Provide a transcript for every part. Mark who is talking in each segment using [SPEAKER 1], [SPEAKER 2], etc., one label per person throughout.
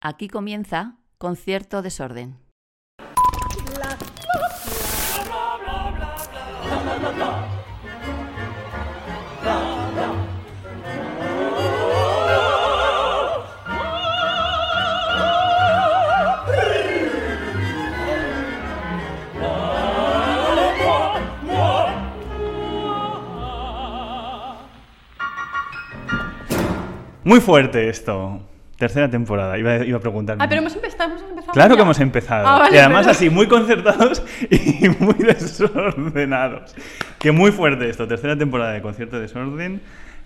[SPEAKER 1] Aquí comienza con cierto desorden.
[SPEAKER 2] Muy fuerte esto. Tercera temporada. Iba, iba a preguntarme.
[SPEAKER 3] Ah, pero hemos empezado, hemos empezado
[SPEAKER 2] Claro que
[SPEAKER 3] ya.
[SPEAKER 2] hemos empezado.
[SPEAKER 3] Ah, vale,
[SPEAKER 2] y además
[SPEAKER 3] perdón.
[SPEAKER 2] así, muy concertados y muy desordenados. Que muy fuerte esto. Tercera temporada de Concierto Desorden.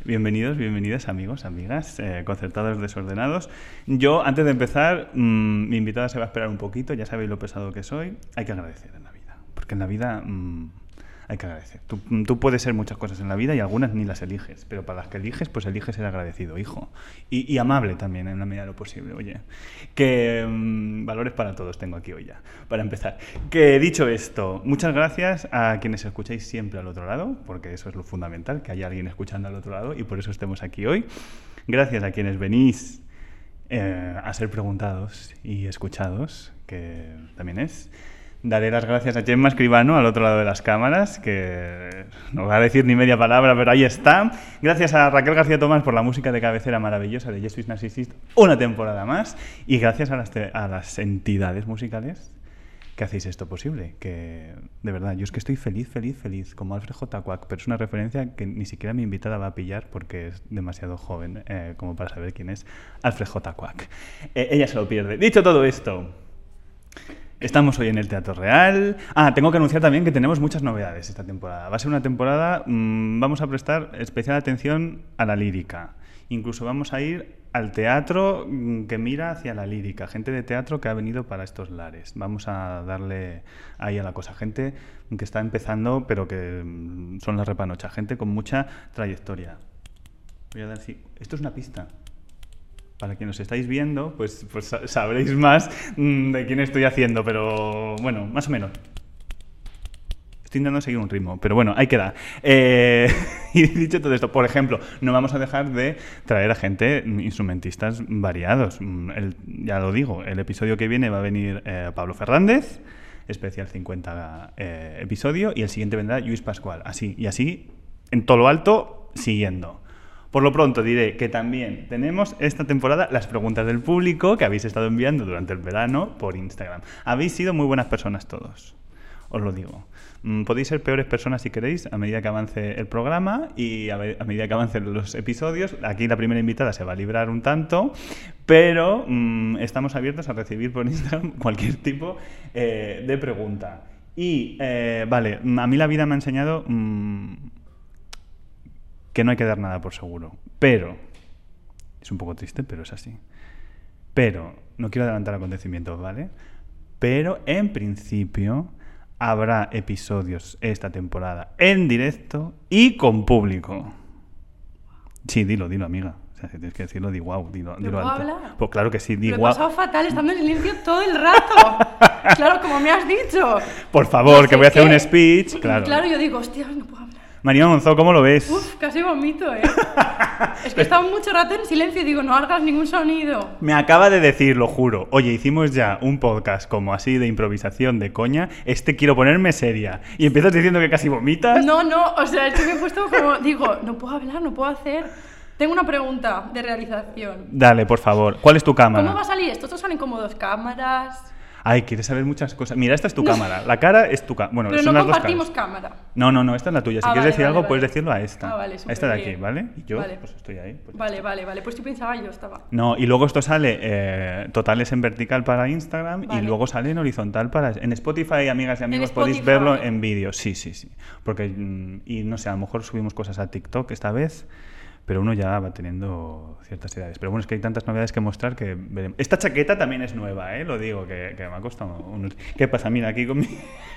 [SPEAKER 2] Bienvenidos, bienvenidas amigos, amigas, eh, concertados desordenados. Yo, antes de empezar, mm, mi invitada se va a esperar un poquito, ya sabéis lo pesado que soy. Hay que agradecer en la vida, porque en la vida mm, hay que agradecer. Tú, tú puedes ser muchas cosas en la vida y algunas ni las eliges, pero para las que eliges, pues eliges ser agradecido, hijo. Y, y amable también, en la medida de lo posible, oye. Que mm, valores para todos tengo aquí hoy ya, para empezar. Que dicho esto, muchas gracias a quienes escucháis siempre al otro lado, porque eso es lo fundamental, que haya alguien escuchando al otro lado y por eso estemos aquí hoy. Gracias a quienes venís eh, a ser preguntados y escuchados, que también es. Daré las gracias a Gemma Escribano, al otro lado de las cámaras, que no va a decir ni media palabra, pero ahí está. Gracias a Raquel García Tomás por la música de cabecera maravillosa de Yes Is Narcissist, una temporada más. Y gracias a las, te- a las entidades musicales que hacéis esto posible. Que de verdad, yo es que estoy feliz, feliz, feliz, como Alfred J. Quack, pero es una referencia que ni siquiera mi invitada va a pillar porque es demasiado joven eh, como para saber quién es Alfred J. Quack. Eh, ella se lo pierde. Dicho todo esto, Estamos hoy en el Teatro Real. Ah, tengo que anunciar también que tenemos muchas novedades esta temporada. Va a ser una temporada, mm, vamos a prestar especial atención a la lírica. Incluso vamos a ir al teatro mm, que mira hacia la lírica, gente de teatro que ha venido para estos lares. Vamos a darle ahí a la cosa, gente que está empezando, pero que mm, son las repanochas, gente con mucha trayectoria. Voy a dar así. Esto es una pista. Para quien nos estáis viendo, pues, pues sa- sabréis más mm, de quién estoy haciendo, pero bueno, más o menos. Estoy intentando seguir un ritmo, pero bueno, ahí queda. Eh, y dicho todo esto, por ejemplo, no vamos a dejar de traer a gente, mm, instrumentistas variados. Mm, el- ya lo digo, el episodio que viene va a venir eh, Pablo Fernández, especial 50 eh, episodio, y el siguiente vendrá Luis Pascual. Así, y así, en todo lo alto, siguiendo. Por lo pronto diré que también tenemos esta temporada las preguntas del público que habéis estado enviando durante el verano por Instagram. Habéis sido muy buenas personas todos, os lo digo. Mm, Podéis ser peores personas si queréis a medida que avance el programa y a, ve- a medida que avancen los episodios. Aquí la primera invitada se va a librar un tanto, pero mm, estamos abiertos a recibir por Instagram cualquier tipo eh, de pregunta. Y, eh, vale, mm, a mí la vida me ha enseñado... mm, que no hay que dar nada por seguro. Pero, es un poco triste, pero es así. Pero, no quiero adelantar acontecimientos, ¿vale? Pero en principio habrá episodios esta temporada en directo y con público. Sí, dilo, dilo, amiga. O sea, si tienes que decirlo, di guau, dilo, dilo
[SPEAKER 3] puedo
[SPEAKER 2] alto.
[SPEAKER 3] hablar?
[SPEAKER 2] Pues claro que sí, di
[SPEAKER 3] Lo he
[SPEAKER 2] guau.
[SPEAKER 3] pasado fatal estando en silencio todo el rato. claro, como me has dicho.
[SPEAKER 2] Por favor,
[SPEAKER 3] No
[SPEAKER 2] que
[SPEAKER 3] sé
[SPEAKER 2] voy a hacer
[SPEAKER 3] qué.
[SPEAKER 2] un speech. Claro.
[SPEAKER 3] Claro, yo digo, hostia, no puedo hablar.
[SPEAKER 2] María Monzó, ¿cómo lo ves?
[SPEAKER 3] Uf, casi vomito, eh. es que he estado mucho rato en silencio y digo, no hagas ningún sonido.
[SPEAKER 2] Me acaba de decir, lo juro. Oye, hicimos ya un podcast como así de improvisación de coña. Este quiero ponerme seria. Y empiezas diciendo que casi vomitas.
[SPEAKER 3] No, no, o sea, es que me he puesto como, digo, no puedo hablar, no puedo hacer. Tengo una pregunta de realización.
[SPEAKER 2] Dale, por favor. ¿Cuál es tu cámara?
[SPEAKER 3] ¿Cómo va a salir esto? Estos son incómodos cámaras.
[SPEAKER 2] Ay, quieres saber muchas cosas. Mira, esta es tu cámara. La cara es tu cámara. Bueno,
[SPEAKER 3] Pero
[SPEAKER 2] son
[SPEAKER 3] no
[SPEAKER 2] las dos
[SPEAKER 3] compartimos
[SPEAKER 2] caras.
[SPEAKER 3] cámara.
[SPEAKER 2] No, no, no, esta es la tuya. Si
[SPEAKER 3] Ah,
[SPEAKER 2] quieres
[SPEAKER 3] vale,
[SPEAKER 2] decir
[SPEAKER 3] vale,
[SPEAKER 2] algo,
[SPEAKER 3] vale.
[SPEAKER 2] puedes decirlo a esta.
[SPEAKER 3] Ah, vale,
[SPEAKER 2] a esta de
[SPEAKER 3] súper
[SPEAKER 2] aquí,
[SPEAKER 3] bien.
[SPEAKER 2] ¿vale? Y yo,
[SPEAKER 3] Vale.
[SPEAKER 2] pues estoy ahí. pues ya
[SPEAKER 3] Vale, vale,ale. Pues tú pensaba yo estaba.
[SPEAKER 2] No, y luego esto sale eh, totales en vertical para Instagram y
[SPEAKER 3] Vale.
[SPEAKER 2] luego sale en horizontal para... En Spotify, amigas y amigos,
[SPEAKER 3] En
[SPEAKER 2] podéis
[SPEAKER 3] Spotify.
[SPEAKER 2] verlo en vídeo. Sí, sí, sí. Porque, mm, y no sé, a lo mejor subimos cosas a TikTok esta vez, pero uno ya va teniendo ciertas edades. Pero bueno, es que hay tantas novedades que mostrar que veremos. Esta chaqueta también es nueva, ¿eh? Lo digo, que, que me ha costado unos... ¿Qué pasa? Mira, aquí con mi,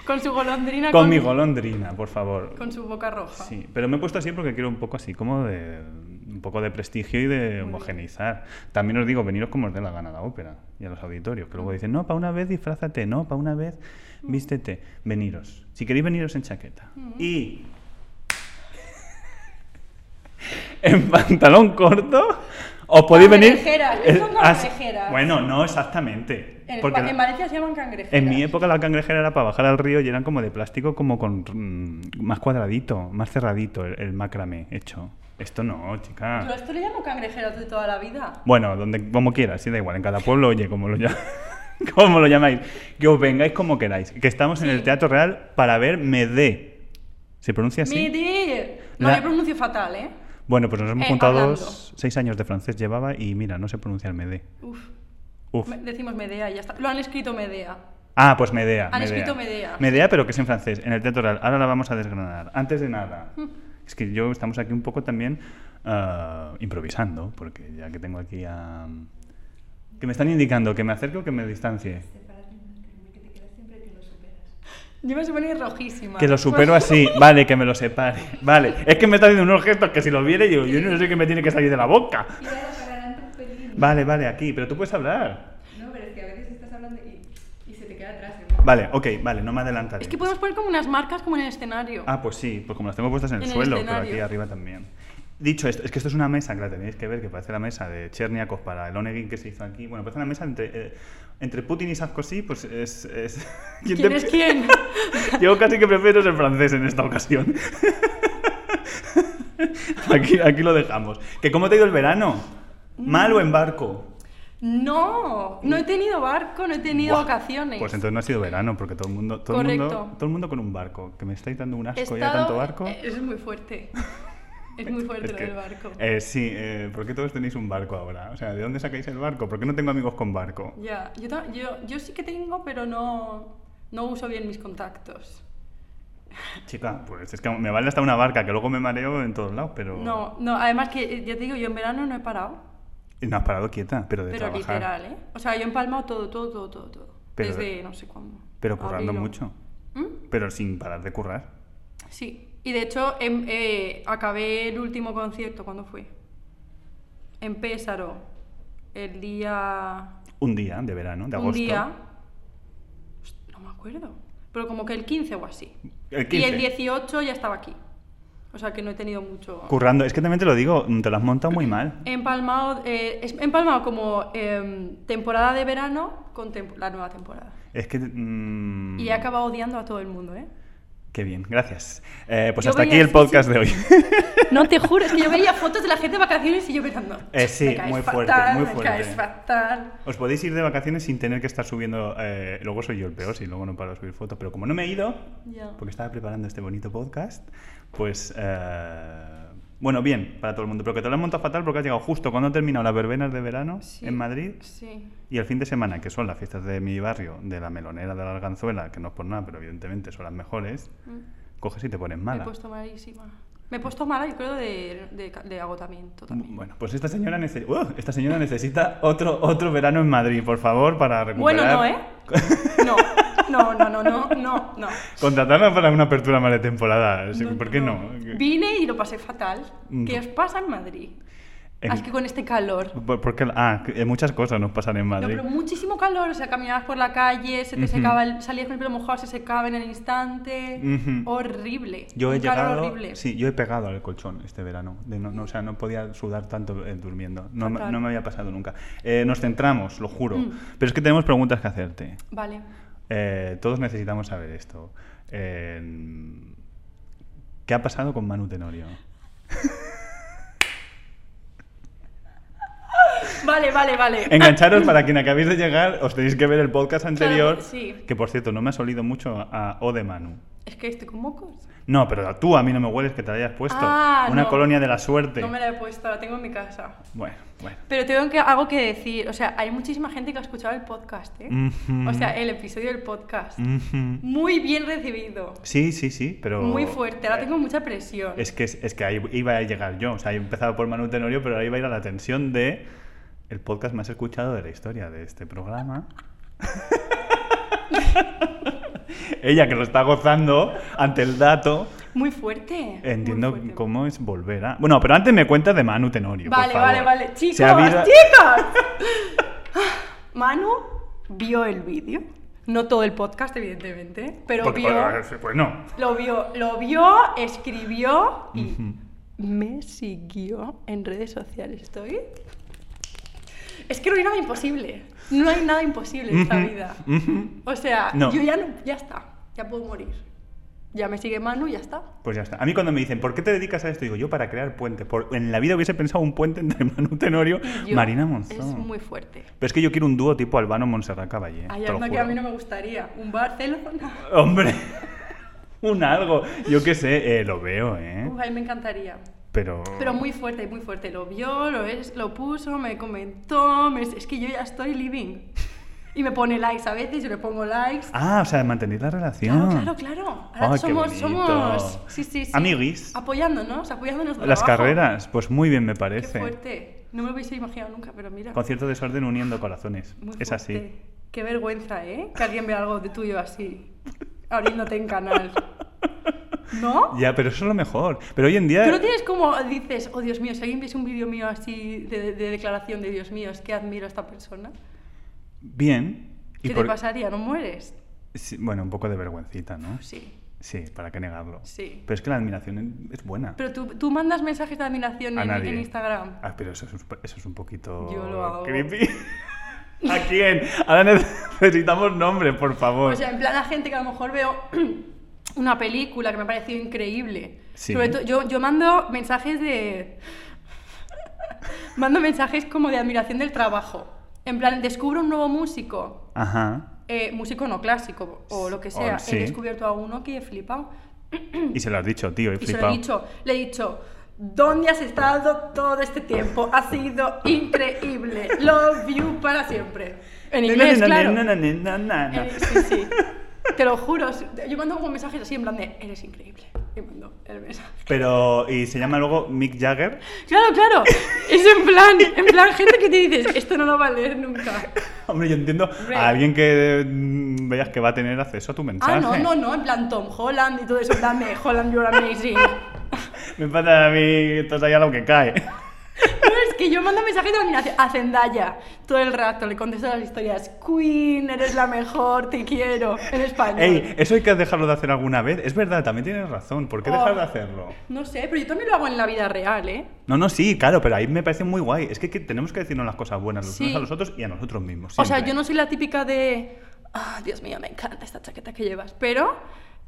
[SPEAKER 3] Con su golondrina.
[SPEAKER 2] con mi golondrina, por favor.
[SPEAKER 3] Con su boca roja.
[SPEAKER 2] Sí, pero me he puesto así porque quiero un poco así, como de un poco de prestigio y de homogeneizar. También os digo, veniros como os dé la gana a la ópera y a los auditorios, que luego dicen, no, para una vez disfrázate, no, para una vez
[SPEAKER 3] Mm.
[SPEAKER 2] vístete, veniros. Si queréis veniros en chaqueta. Y en pantalón corto Os
[SPEAKER 3] Ah,
[SPEAKER 2] podéis venir.
[SPEAKER 3] Cangrejeras, ¿qué son
[SPEAKER 2] Eh, as-
[SPEAKER 3] cangrejeras?
[SPEAKER 2] bueno, no exactamente.
[SPEAKER 3] En,
[SPEAKER 2] porque
[SPEAKER 3] en Valencia se llaman cangrejeras.
[SPEAKER 2] en mi época la cangrejera era para bajar al río y eran como de plástico, como con mm, más cuadradito, más cerradito el, el macramé hecho. Esto no,
[SPEAKER 3] Yo a
[SPEAKER 2] chica.
[SPEAKER 3] esto le llamo cangrejeras de toda la vida.
[SPEAKER 2] Bueno, donde como quieras, sí, da igual, en cada pueblo, oye, como lo llamáis. Como lo llamáis, que os vengáis como queráis. Que estamos en el Teatro Real para ver Medé. ¿Se pronuncia así?
[SPEAKER 3] Midi. No,
[SPEAKER 2] ¿Ah, La-
[SPEAKER 3] yo pronuncio fatal, ¿eh?
[SPEAKER 2] Bueno, pues nos hemos
[SPEAKER 3] Eh,
[SPEAKER 2] juntado
[SPEAKER 3] hablando.
[SPEAKER 2] dos- seis años de francés llevaba y mira, no sé pronunciar Medé.
[SPEAKER 3] Uf.
[SPEAKER 2] Uf.
[SPEAKER 3] Me- decimos Medea y ya está. Lo han escrito Medea.
[SPEAKER 2] Ah, pues Medea.
[SPEAKER 3] Han escrito Medea.
[SPEAKER 2] Medea, pero que es en francés, en el Teatro Real. Ahora la vamos a desgranar. Antes de nada, es que yo estamos aquí un poco también ah, improvisando, porque ya que tengo aquí a... Que me están indicando que me acerque o que me distancie.
[SPEAKER 3] Yo me poner rojísima. Pues,
[SPEAKER 2] Que lo supero así, vale, que me lo separe. Vale, es que me está haciendo unos gestos que si los viere yo, yo no sé qué me tiene que salir de la boca. Vale, vale, aquí, pero tú puedes hablar.
[SPEAKER 4] No, pero es que a veces estás hablando y, y se te queda atrás.
[SPEAKER 2] Vale, ok, vale, no me adelantaré.
[SPEAKER 3] Es que podemos poner como unas marcas como en el escenario.
[SPEAKER 2] Ah, pues sí, pues como las tengo puestas en el,
[SPEAKER 3] En el
[SPEAKER 2] suelo, pero
[SPEAKER 3] escenario.
[SPEAKER 2] aquí arriba también. Dicho esto, es que esto es una mesa que la tenéis que ver, que parece la mesa de Cherniakov para el Onegin que se hizo aquí. Bueno, parece una mesa entre, eh, entre Putin y Sarkozy, pues es... es- ¿Quién
[SPEAKER 3] ¿Quién
[SPEAKER 2] te-
[SPEAKER 3] es quién?
[SPEAKER 2] Yo casi que prefiero ser francés en esta ocasión. aquí, aquí lo dejamos. ¿Que ¿Cómo te ha ido el verano? ¿Mal o en barco?
[SPEAKER 3] no, no he tenido barco, no he tenido
[SPEAKER 2] Buah.
[SPEAKER 3] vacaciones.
[SPEAKER 2] Pues entonces no ha sido verano, porque todo el mundo, todo el mundo,
[SPEAKER 3] Correcto.
[SPEAKER 2] todo el mundo con un barco. Que me estáis dando un asco
[SPEAKER 3] He
[SPEAKER 2] ya
[SPEAKER 3] estado-
[SPEAKER 2] tanto barco.
[SPEAKER 3] eh, Es muy fuerte. Es muy fuerte
[SPEAKER 2] Es
[SPEAKER 3] lo
[SPEAKER 2] que,
[SPEAKER 3] del barco.
[SPEAKER 2] eh, sí, eh, ¿por qué todos tenéis un barco ahora? O sea, ¿de dónde sacáis el barco? ¿Por qué no tengo amigos con barco?
[SPEAKER 3] Ya, yo, ta- yo, yo sí que tengo, pero no, no uso bien mis contactos.
[SPEAKER 2] Chica, pues es que me vale hasta una barca, que luego me mareo en todos lados, pero...
[SPEAKER 3] No, no, además que eh, ya te digo, yo en verano no he parado,
[SPEAKER 2] Y no has parado quieta, pero de
[SPEAKER 3] pero
[SPEAKER 2] trabajar.
[SPEAKER 3] literal, ¿eh? O sea, yo he empalmado todo, todo, todo, todo, todo.
[SPEAKER 2] Pero-
[SPEAKER 3] desde no sé cuándo.
[SPEAKER 2] Pero currando
[SPEAKER 3] Abril o-
[SPEAKER 2] mucho.
[SPEAKER 3] ¿Mm?
[SPEAKER 2] Pero sin parar de currar.
[SPEAKER 3] Sí, y de hecho em- eh, acabé el último concierto, ¿cuándo fue? En Pésaro, el día...
[SPEAKER 2] Un día de verano, de
[SPEAKER 3] un
[SPEAKER 2] agosto.
[SPEAKER 3] día... Host- No me acuerdo, pero como que el 15 o así.
[SPEAKER 2] El
[SPEAKER 3] Y
[SPEAKER 2] 15.
[SPEAKER 3] el 18 ya estaba aquí. O sea que no he tenido mucho...
[SPEAKER 2] Currando. Es que también te lo digo, mm, te lo has montado muy mal.
[SPEAKER 3] He empalmado, eh, es- he empalmado como em, temporada de verano con tempo- la nueva temporada.
[SPEAKER 2] Es que... mm,
[SPEAKER 3] Y he acabado odiando a todo el mundo, ¿eh?
[SPEAKER 2] Qué bien, gracias. Eh, pues
[SPEAKER 3] Yo
[SPEAKER 2] hasta aquí
[SPEAKER 3] veía
[SPEAKER 2] el
[SPEAKER 3] así,
[SPEAKER 2] podcast de hoy.
[SPEAKER 3] No te juro, es que yo veía fotos de la gente de vacaciones y yo pensando.
[SPEAKER 2] Eh, sí,
[SPEAKER 3] "Me caes
[SPEAKER 2] muy fuerte,
[SPEAKER 3] fatal,
[SPEAKER 2] muy
[SPEAKER 3] me
[SPEAKER 2] fuerte".
[SPEAKER 3] caes fatal.
[SPEAKER 2] Os podéis ir de vacaciones sin tener que estar subiendo. eh, luego soy yo el peor, si luego no paro de subir fotos. Pero como no me he ido,
[SPEAKER 3] Ya.
[SPEAKER 2] porque estaba preparando este bonito podcast, pues. eh, bueno, bien para todo el mundo. Pero que te lo han montado fatal porque has llegado justo cuando han terminado las verbenas de verano
[SPEAKER 3] Sí,
[SPEAKER 2] en Madrid.
[SPEAKER 3] Sí.
[SPEAKER 2] Y el fin de semana, que son las fiestas de mi barrio, de la melonera de la Arganzuela, que no es por nada, pero evidentemente son las mejores,
[SPEAKER 3] Mm.
[SPEAKER 2] coges y te pones
[SPEAKER 3] Me he
[SPEAKER 2] mala.
[SPEAKER 3] puesto malísima. Me he puesto mala, yo creo, de, de ca- de agotamiento también.
[SPEAKER 2] Bueno, pues esta señora, nece- ¡Uh! esta señora necesita otro, otro verano en Madrid, por favor, para recuperar.
[SPEAKER 3] Bueno, no, ¿eh? No, no, no, no, no, no. no.
[SPEAKER 2] Contratarla para una apertura más de temporada. sí,
[SPEAKER 3] No,
[SPEAKER 2] ¿Por qué no?
[SPEAKER 3] Vine y lo pasé fatal.
[SPEAKER 2] No.
[SPEAKER 3] ¿Qué os pasa en Madrid?
[SPEAKER 2] En-
[SPEAKER 3] Es que con este calor.
[SPEAKER 2] Por- Porque, ah, que muchas cosas nos pasan en
[SPEAKER 3] No,
[SPEAKER 2] Madrid.
[SPEAKER 3] pero muchísimo calor, o sea, caminabas por la calle, se te
[SPEAKER 2] Ujú.
[SPEAKER 3] secaba, el- salías con el pelo mojado, se secaba en el instante.
[SPEAKER 2] Ujú.
[SPEAKER 3] Horrible.
[SPEAKER 2] Yo he
[SPEAKER 3] Un calor
[SPEAKER 2] llegado,
[SPEAKER 3] horrible.
[SPEAKER 2] sí, yo he pegado al colchón este verano. de no, no- o sea, no podía sudar tanto eh, durmiendo. No, me-
[SPEAKER 3] Fatal.
[SPEAKER 2] no me había pasado nunca. Eh, nos centramos, lo juro.
[SPEAKER 3] Mm.
[SPEAKER 2] Pero es que tenemos preguntas que hacerte.
[SPEAKER 3] Vale.
[SPEAKER 2] Eh, todos necesitamos saber esto. Eh, ¿Qué ha pasado con Manu Tenorio?
[SPEAKER 3] Vale, vale, vale.
[SPEAKER 2] Engancharos para quien acabéis de llegar, os tenéis que ver el podcast anterior.
[SPEAKER 3] sí.
[SPEAKER 2] Que por cierto, no me ha olido mucho a O de Manu.
[SPEAKER 3] Es que estoy con mocos.
[SPEAKER 2] No, pero tú a mí no me hueles que te la hayas puesto.
[SPEAKER 3] Ah,
[SPEAKER 2] Una
[SPEAKER 3] no.
[SPEAKER 2] colonia de la suerte.
[SPEAKER 3] No me la he puesto, la tengo en mi casa.
[SPEAKER 2] Bueno, bueno.
[SPEAKER 3] Pero tengo que, algo que decir, o sea, hay muchísima gente que ha escuchado el podcast, ¿eh?
[SPEAKER 2] Ujú.
[SPEAKER 3] O sea, el episodio del podcast.
[SPEAKER 2] Ujú.
[SPEAKER 3] Muy bien recibido.
[SPEAKER 2] Sí, sí, sí, pero.
[SPEAKER 3] Muy fuerte, ahora tengo mucha presión.
[SPEAKER 2] Es que, es que ahí iba a llegar yo. O sea, he empezado por Manu Tenorio, pero ahora iba a ir a la tensión de. El podcast más escuchado de la historia de este programa. Ella que lo está gozando ante el dato.
[SPEAKER 3] Muy fuerte. muy
[SPEAKER 2] Entiendo
[SPEAKER 3] fuerte.
[SPEAKER 2] cómo es volver a. Bueno, pero antes me cuentas de Manu Tenorio. por
[SPEAKER 3] Vale,
[SPEAKER 2] favor.
[SPEAKER 3] vale, vale. Chicos,
[SPEAKER 2] Si ha habido-
[SPEAKER 3] chicas. Manu vio el vídeo. No todo el podcast, evidentemente, pero
[SPEAKER 2] Porque-
[SPEAKER 3] vio.
[SPEAKER 2] Pues no.
[SPEAKER 3] Lo vio, lo vio, escribió y me siguió en redes sociales. Estoy Es que no hay nada imposible. No hay nada imposible en esta
[SPEAKER 2] Ujú,
[SPEAKER 3] vida.
[SPEAKER 2] ujú.
[SPEAKER 3] O sea,
[SPEAKER 2] No.
[SPEAKER 3] yo ya no, ya está. Ya puedo morir. Ya me sigue Manu y ya está.
[SPEAKER 2] Pues ya está. A mí cuando me dicen, ¿por qué te dedicas a esto? Digo, yo para crear puentes. Por- En la vida hubiese pensado un puente entre Manu Tenorio
[SPEAKER 3] Y
[SPEAKER 2] y
[SPEAKER 3] yo-
[SPEAKER 2] Marina
[SPEAKER 3] Es
[SPEAKER 2] Monzón.
[SPEAKER 3] muy fuerte.
[SPEAKER 2] Pero es que yo quiero un dúo tipo Albano Montserrat Caballé.
[SPEAKER 3] Hay
[SPEAKER 2] te lo
[SPEAKER 3] anda que
[SPEAKER 2] juro.
[SPEAKER 3] a mí no me gustaría. Un Barcelona.
[SPEAKER 2] Hombre, un algo. Yo qué sé, eh, lo veo, ¿eh?
[SPEAKER 3] Uf, a mí me encantaría.
[SPEAKER 2] Pero...
[SPEAKER 3] Pero muy fuerte, muy fuerte. Lo vio, lo, es, lo puso, me comentó. me- es que yo ya estoy living. Y me pone likes a veces, yo le pongo likes.
[SPEAKER 2] Ah, o sea, mantener la relación.
[SPEAKER 3] Claro, claro, claro. Ahora
[SPEAKER 2] Ay, qué
[SPEAKER 3] somos,
[SPEAKER 2] bonito.
[SPEAKER 3] somos sí, sí, sí.
[SPEAKER 2] Amiguis.
[SPEAKER 3] Apoyándonos, apoyándonos. por
[SPEAKER 2] Las
[SPEAKER 3] abajo.
[SPEAKER 2] carreras, pues muy bien me
[SPEAKER 3] Qué
[SPEAKER 2] parece.
[SPEAKER 3] fuerte. No me lo hubiese imaginado nunca, pero mira.
[SPEAKER 2] Concierto de Sorden uniendo corazones.
[SPEAKER 3] Muy
[SPEAKER 2] es así.
[SPEAKER 3] fuerte. Qué vergüenza, ¿eh? Que alguien vea algo de tuyo así, abriéndote en canal. ¿No?
[SPEAKER 2] Ya, pero eso es lo mejor. Pero hoy en día...
[SPEAKER 3] Tú no tienes como dices, oh Dios mío, si alguien viese un vídeo mío así de, de declaración de Dios mío, es que admiro a esta persona.
[SPEAKER 2] Bien. Y
[SPEAKER 3] ¿Qué
[SPEAKER 2] por-
[SPEAKER 3] te pasaría? ¿No mueres? Pues
[SPEAKER 2] Sí, bueno, un poco de vergüencita, ¿no?
[SPEAKER 3] Sí.
[SPEAKER 2] Sí, ¿para qué negarlo?
[SPEAKER 3] Sí.
[SPEAKER 2] Pero es que la admiración es buena.
[SPEAKER 3] Pero tú, tú mandas mensajes de admiración
[SPEAKER 2] a
[SPEAKER 3] en,
[SPEAKER 2] nadie.
[SPEAKER 3] en Instagram.
[SPEAKER 2] Ah, pero eso es, un- eso es un poquito
[SPEAKER 3] Yo lo hago.
[SPEAKER 2] creepy. ¿A quién? Ahora necesitamos nombre, por favor.
[SPEAKER 3] O sea, en plan a gente que a lo mejor veo una película que me ha parecido increíble.
[SPEAKER 2] Sí.
[SPEAKER 3] Sobre todo, yo, yo mando mensajes de... mando mensajes como de admiración del trabajo. En plan, descubro un nuevo músico.
[SPEAKER 2] Ajá.
[SPEAKER 3] eh, músico no clásico o lo que
[SPEAKER 2] O-
[SPEAKER 3] sea.
[SPEAKER 2] Oh, sí.
[SPEAKER 3] He descubierto a uno que he flipado.
[SPEAKER 2] Y se lo has dicho, tío, he
[SPEAKER 3] Y se lo
[SPEAKER 2] flipado.
[SPEAKER 3] he dicho, le he dicho, ¿dónde has estado todo este tiempo? Ha sido increíble. Love you para siempre. En inglés, claro. Eh,
[SPEAKER 2] claro.
[SPEAKER 3] sí, sí. Te lo juro. sí. Yo mando como mensajes así en plan de eres increíble. Y mando el mensaje.
[SPEAKER 2] Pero, y se llama luego Mick Jagger.
[SPEAKER 3] Claro, claro. Es en plan, en plan gente que te dices, esto no lo va a leer nunca.
[SPEAKER 2] Hombre, yo entiendo
[SPEAKER 3] Hombre.
[SPEAKER 2] a alguien que mm, veas que va a tener acceso a tu mensaje.
[SPEAKER 3] Ah, no, no, no, en plan Tom Holland y todo eso, en plan de Holland, you're amazing. No,
[SPEAKER 2] Me pasa a mí, estás allá lo que cae.
[SPEAKER 3] es que yo mando mensajes de admiración a Zendaya todo el rato, le contesto las historias, Queen, eres la mejor, te quiero, en español.
[SPEAKER 2] Ey, eso hay que dejarlo de hacer alguna vez. Es verdad, también tienes razón. ¿Por qué
[SPEAKER 3] Oh.
[SPEAKER 2] dejar de hacerlo?
[SPEAKER 3] No sé, pero yo también lo hago en la vida real, ¿eh?
[SPEAKER 2] No, no, sí, claro, pero ahí me parece muy guay. Es que, que tenemos que decirnos las cosas buenas los
[SPEAKER 3] Sí.
[SPEAKER 2] unos a los otros y a nosotros mismos.
[SPEAKER 3] O sea,
[SPEAKER 2] siempre.
[SPEAKER 3] yo no soy la típica de, "Ah, Dios mío, me encanta esta chaqueta que llevas, pero,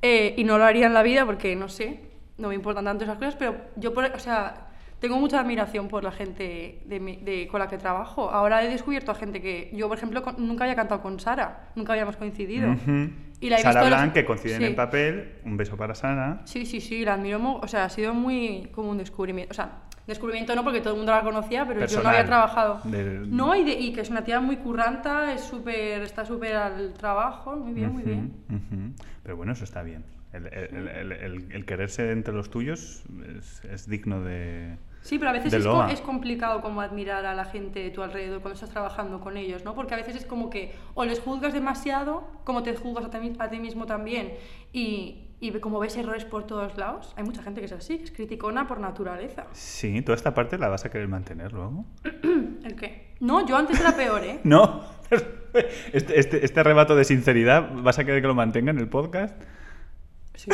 [SPEAKER 3] eh, y no lo haría en la vida porque, no sé, no me importan tanto esas cosas, pero yo, por, o sea, tengo mucha admiración por la gente de mi- de- con la que trabajo. Ahora he descubierto a gente que, yo, por ejemplo, con- nunca había cantado con Sara, nunca habíamos coincidido.
[SPEAKER 2] Ujú.
[SPEAKER 3] Y la he
[SPEAKER 2] Sara
[SPEAKER 3] visto los-
[SPEAKER 2] Blanc, que coinciden
[SPEAKER 3] Sí.
[SPEAKER 2] en papel. Un beso para Sara.
[SPEAKER 3] Sí, sí, sí, la admiro, mu- o sea, ha sido muy como un descubrimiento, o sea, descubrimiento no porque todo el mundo la conocía, pero yo
[SPEAKER 2] Personal.
[SPEAKER 3] no había trabajado.
[SPEAKER 2] Del-
[SPEAKER 3] No, y, de- y que es una tía muy curranta, es súper, está súper al trabajo, muy bien, muy
[SPEAKER 2] Ujú,
[SPEAKER 3] bien.
[SPEAKER 2] ujú. Pero bueno, eso está bien. El, el- el- el- el- el quererse entre los tuyos es, es digno de.
[SPEAKER 3] Sí, pero a veces
[SPEAKER 2] De
[SPEAKER 3] es, co-
[SPEAKER 2] Loa.
[SPEAKER 3] es complicado como admirar a la gente de tu alrededor cuando estás trabajando con ellos, ¿no? Porque a veces es como que o les juzgas demasiado, como te juzgas a ti, mi- a ti mismo también, y, y ve- como ves errores por todos lados, hay mucha gente que es así, que es criticona por naturaleza.
[SPEAKER 2] Sí, toda esta parte la vas a querer mantener luego.
[SPEAKER 3] ¿El qué? No, yo antes era peor, ¿eh?
[SPEAKER 2] No. Este, este, este arrebato de sinceridad, ¿vas a querer que lo mantenga en el podcast?
[SPEAKER 3] Sí.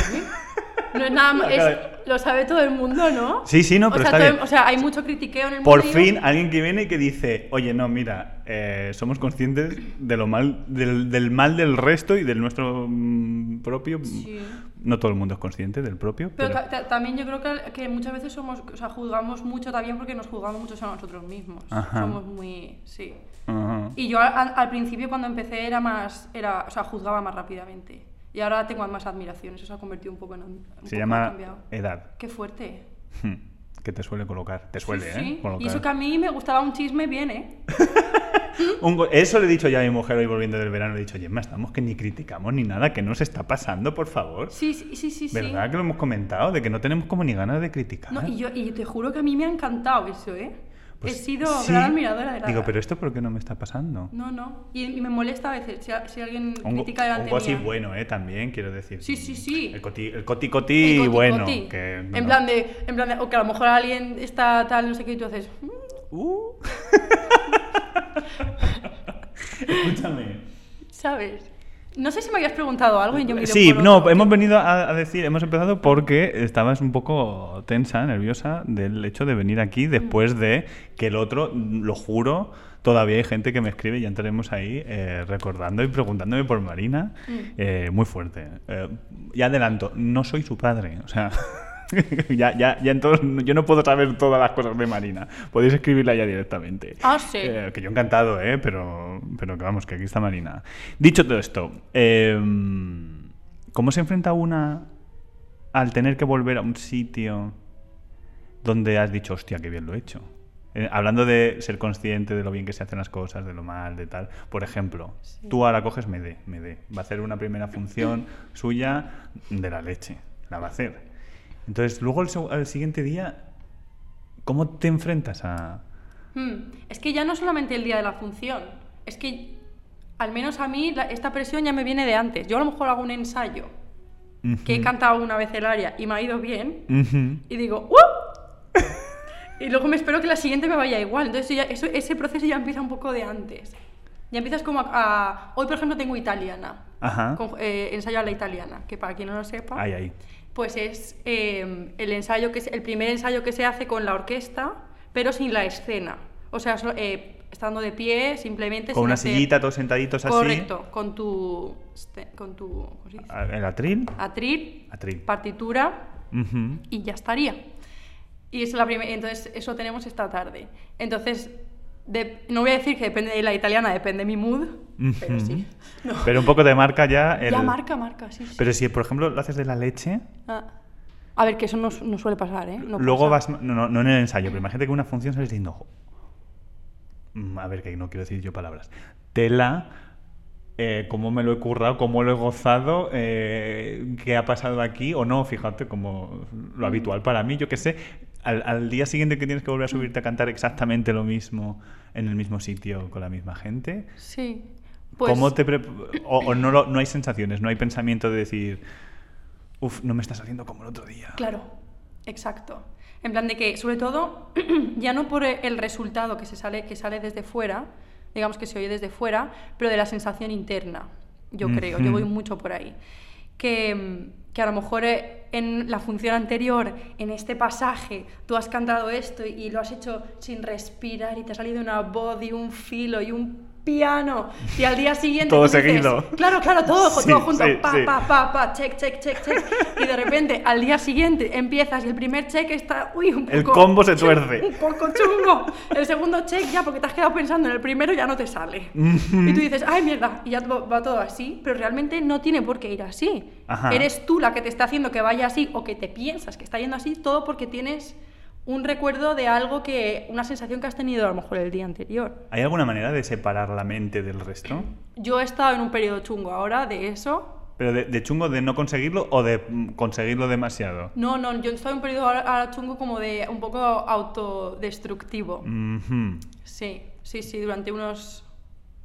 [SPEAKER 3] No es nada más.
[SPEAKER 2] La cara
[SPEAKER 3] Lo sabe todo el mundo, ¿no?
[SPEAKER 2] Sí, sí, no, pero
[SPEAKER 3] o sea,
[SPEAKER 2] está
[SPEAKER 3] todo el-
[SPEAKER 2] bien.
[SPEAKER 3] o sea, hay mucho critiqueo en el
[SPEAKER 2] Por
[SPEAKER 3] mundo. y
[SPEAKER 2] fin
[SPEAKER 3] yo-
[SPEAKER 2] alguien que viene y que dice, oye, no, mira, eh, somos conscientes de lo mal, del, del mal del resto y del nuestro mm, propio.
[SPEAKER 3] Sí.
[SPEAKER 2] No todo el mundo es consciente del propio,
[SPEAKER 3] Pero,
[SPEAKER 2] pero,
[SPEAKER 3] ta- ta- también yo creo que, que muchas veces somos. O sea, juzgamos mucho también porque nos juzgamos mucho a nosotros mismos.
[SPEAKER 2] Ajá.
[SPEAKER 3] Somos muy. Sí.
[SPEAKER 2] Ajá.
[SPEAKER 3] Y yo al, al principio, cuando empecé, era más. Era, o sea, juzgaba más rápidamente. Y ahora tengo más admiración. Eso se ha convertido un poco en. un
[SPEAKER 2] se
[SPEAKER 3] poco ha
[SPEAKER 2] llama
[SPEAKER 3] cambiado.
[SPEAKER 2] edad,
[SPEAKER 3] Qué fuerte.
[SPEAKER 2] Hmm. que te suele colocar, te suele,
[SPEAKER 3] Sí, sí.
[SPEAKER 2] ¿eh? Colocar.
[SPEAKER 3] Y eso que a mí me gustaba un chisme bien, ¿eh?
[SPEAKER 2] Un go- eso le he dicho ya a mi mujer hoy volviendo del verano, le he dicho, Gemma, estamos que ni criticamos ni nada, que nos está pasando, por favor.
[SPEAKER 3] Sí, sí, sí, sí. sí.
[SPEAKER 2] ¿Verdad que lo hemos comentado? De que no tenemos como ni ganas de criticar.
[SPEAKER 3] No, y yo, y te juro que a mí me ha encantado eso, ¿eh?
[SPEAKER 2] Pues
[SPEAKER 3] He sido
[SPEAKER 2] sí.
[SPEAKER 3] gran admiradora de la...
[SPEAKER 2] Digo, pero ¿esto por qué no me está pasando?
[SPEAKER 3] No, no. Y, y me molesta a veces si, a- si alguien
[SPEAKER 2] Un, go-
[SPEAKER 3] critica delante
[SPEAKER 2] un gossip
[SPEAKER 3] mía.
[SPEAKER 2] bueno, ¿eh? También, quiero decir.
[SPEAKER 3] Sí, sí, sí.
[SPEAKER 2] El coti, el coti,
[SPEAKER 3] El
[SPEAKER 2] coti
[SPEAKER 3] coti,
[SPEAKER 2] bueno.
[SPEAKER 3] coti.
[SPEAKER 2] que-
[SPEAKER 3] en,
[SPEAKER 2] bueno.
[SPEAKER 3] plan de, en plan de... O que a lo mejor alguien está tal, no sé qué, y tú haces... "Mm".
[SPEAKER 2] Uh. Escúchame.
[SPEAKER 3] ¿Sabes? No sé si me habías preguntado algo y yo me he ido
[SPEAKER 2] Sí,
[SPEAKER 3] por
[SPEAKER 2] no,
[SPEAKER 3] otro. ¿eh?
[SPEAKER 2] hemos venido a, a decir, hemos empezado porque estabas un poco
[SPEAKER 3] Mm.
[SPEAKER 2] tensa, nerviosa del hecho de venir aquí después de que el otro, lo juro, Todavía hay gente que me escribe, ya entraremos ahí, eh, recordando y preguntándome por Marina.
[SPEAKER 3] Mm.
[SPEAKER 2] eh, muy fuerte. Eh, ya adelanto, no soy su padre. O sea, ya, ya, ya entonces yo no puedo saber todas las cosas de Marina. Podéis escribirla ya directamente.
[SPEAKER 3] Ah, sí.
[SPEAKER 2] Eh, que yo encantado, ¿eh? Pero, pero que vamos, que aquí está Marina. Dicho todo esto, eh, ¿cómo se enfrenta una al tener que volver a un sitio donde has dicho, hostia, qué bien lo he hecho? Eh, hablando de ser consciente de lo bien que se hacen las cosas, de lo mal, de tal. Por ejemplo, tú ahora coges Mede, Mede. Va a hacer una primera función suya de la leche. La va a hacer. Entonces, luego el seg- al siguiente día, ¿cómo te enfrentas a...?
[SPEAKER 3] Mm, Es que ya no solamente el día de la función, es que al menos a mí la- esta presión ya me viene de antes. Yo a lo mejor hago un ensayo que he
[SPEAKER 2] Ujú.
[SPEAKER 3] cantado una vez el área y me ha ido bien
[SPEAKER 2] Ujú.
[SPEAKER 3] y digo ¡Uh! y luego me espero que la siguiente me vaya igual. Entonces eso ya- eso- ese proceso ya empieza un poco de antes. Ya empiezas como a... a- hoy por ejemplo tengo italiana.
[SPEAKER 2] Ajá.
[SPEAKER 3] Con- eh, ensayo a la italiana, que para quien no lo sepa...
[SPEAKER 2] Ahí, ahí.
[SPEAKER 3] Pues es eh, el ensayo que se- el primer ensayo que se hace con la orquesta, pero sin la escena. O sea, solo- eh, estando de pie, simplemente.
[SPEAKER 2] Con
[SPEAKER 3] sin
[SPEAKER 2] una
[SPEAKER 3] hacer-
[SPEAKER 2] sillita, todos sentaditos así.
[SPEAKER 3] Correcto, con tu este- con tu ¿cómo se dice?
[SPEAKER 2] A- El atril.
[SPEAKER 3] atril,
[SPEAKER 2] Atril.
[SPEAKER 3] partitura
[SPEAKER 2] Ujú.
[SPEAKER 3] y ya estaría. Y es la primer- entonces eso tenemos esta tarde. Entonces de- no voy a decir que depende de la italiana, depende de mi mood, pero sí. No.
[SPEAKER 2] Pero un poco de marca ya. el-
[SPEAKER 3] Ya marca, marca, sí. sí.
[SPEAKER 2] Pero si, por ejemplo, lo haces de la leche,
[SPEAKER 3] Ah. A ver, que eso no, su- no suele pasar, ¿eh? No
[SPEAKER 2] luego
[SPEAKER 3] pasa.
[SPEAKER 2] vas. No, no, no en el ensayo, pero imagínate que una función sales diciendo. mm, A ver, que no quiero decir yo palabras. Tela. eh, cómo me lo he currado, cómo lo he gozado, eh, qué ha pasado aquí o no, fíjate, como
[SPEAKER 3] Mm.
[SPEAKER 2] lo habitual para mí, yo qué sé, al, al día siguiente que tienes que volver a subirte a cantar exactamente lo mismo en el mismo sitio con la misma gente,
[SPEAKER 3] Sí. Pues,
[SPEAKER 2] ¿Cómo te pre- o, o no, lo- no hay sensaciones, no hay pensamiento de decir, uff, no me estás haciendo como el otro día.
[SPEAKER 3] Claro, exacto. En plan de que, sobre todo, ya no por el resultado que, se sale, que sale desde fuera, digamos que se oye desde fuera, pero de la sensación interna, yo
[SPEAKER 2] Mm,
[SPEAKER 3] creo. Yo voy
[SPEAKER 2] Ujú.
[SPEAKER 3] mucho por ahí. Que, mm, que a lo mejor eh, en la función anterior, en este pasaje, tú has cantado esto y lo has hecho sin respirar y te ha salido una voz y un filo y un piano y al día siguiente
[SPEAKER 2] Todo
[SPEAKER 3] tú dices,
[SPEAKER 2] seguido.
[SPEAKER 3] claro claro todo,
[SPEAKER 2] Sí,
[SPEAKER 3] todo junto
[SPEAKER 2] sí,
[SPEAKER 3] pa,
[SPEAKER 2] sí.
[SPEAKER 3] pa, pa, pa, check, check, check, check. Y de repente, al día siguiente, empiezas y el primer check está, uy, un poco...
[SPEAKER 2] El combo se tuerce.
[SPEAKER 3] Un poco chungo. El segundo check ya, porque te has quedado pensando en el primero, ya no te sale. Y tú dices, ay, mierda, y ya to- va todo así. Pero realmente no tiene por qué ir así.
[SPEAKER 2] Ajá.
[SPEAKER 3] Eres tú la que te está haciendo que vaya así o que te piensas que está yendo así, todo porque tienes un recuerdo de algo que... Una sensación que has tenido a lo mejor el día anterior.
[SPEAKER 2] ¿Hay alguna manera de separar la mente del resto?
[SPEAKER 3] Yo he estado en un periodo chungo ahora de eso,
[SPEAKER 2] ¿Pero de, de chungo de no conseguirlo o de mm, conseguirlo demasiado?
[SPEAKER 3] No, no, yo estaba en un periodo ahora, ahora chungo como de un poco
[SPEAKER 2] Mm.
[SPEAKER 3] autodestructivo.
[SPEAKER 2] Ujú.
[SPEAKER 3] Sí, sí, sí, durante unos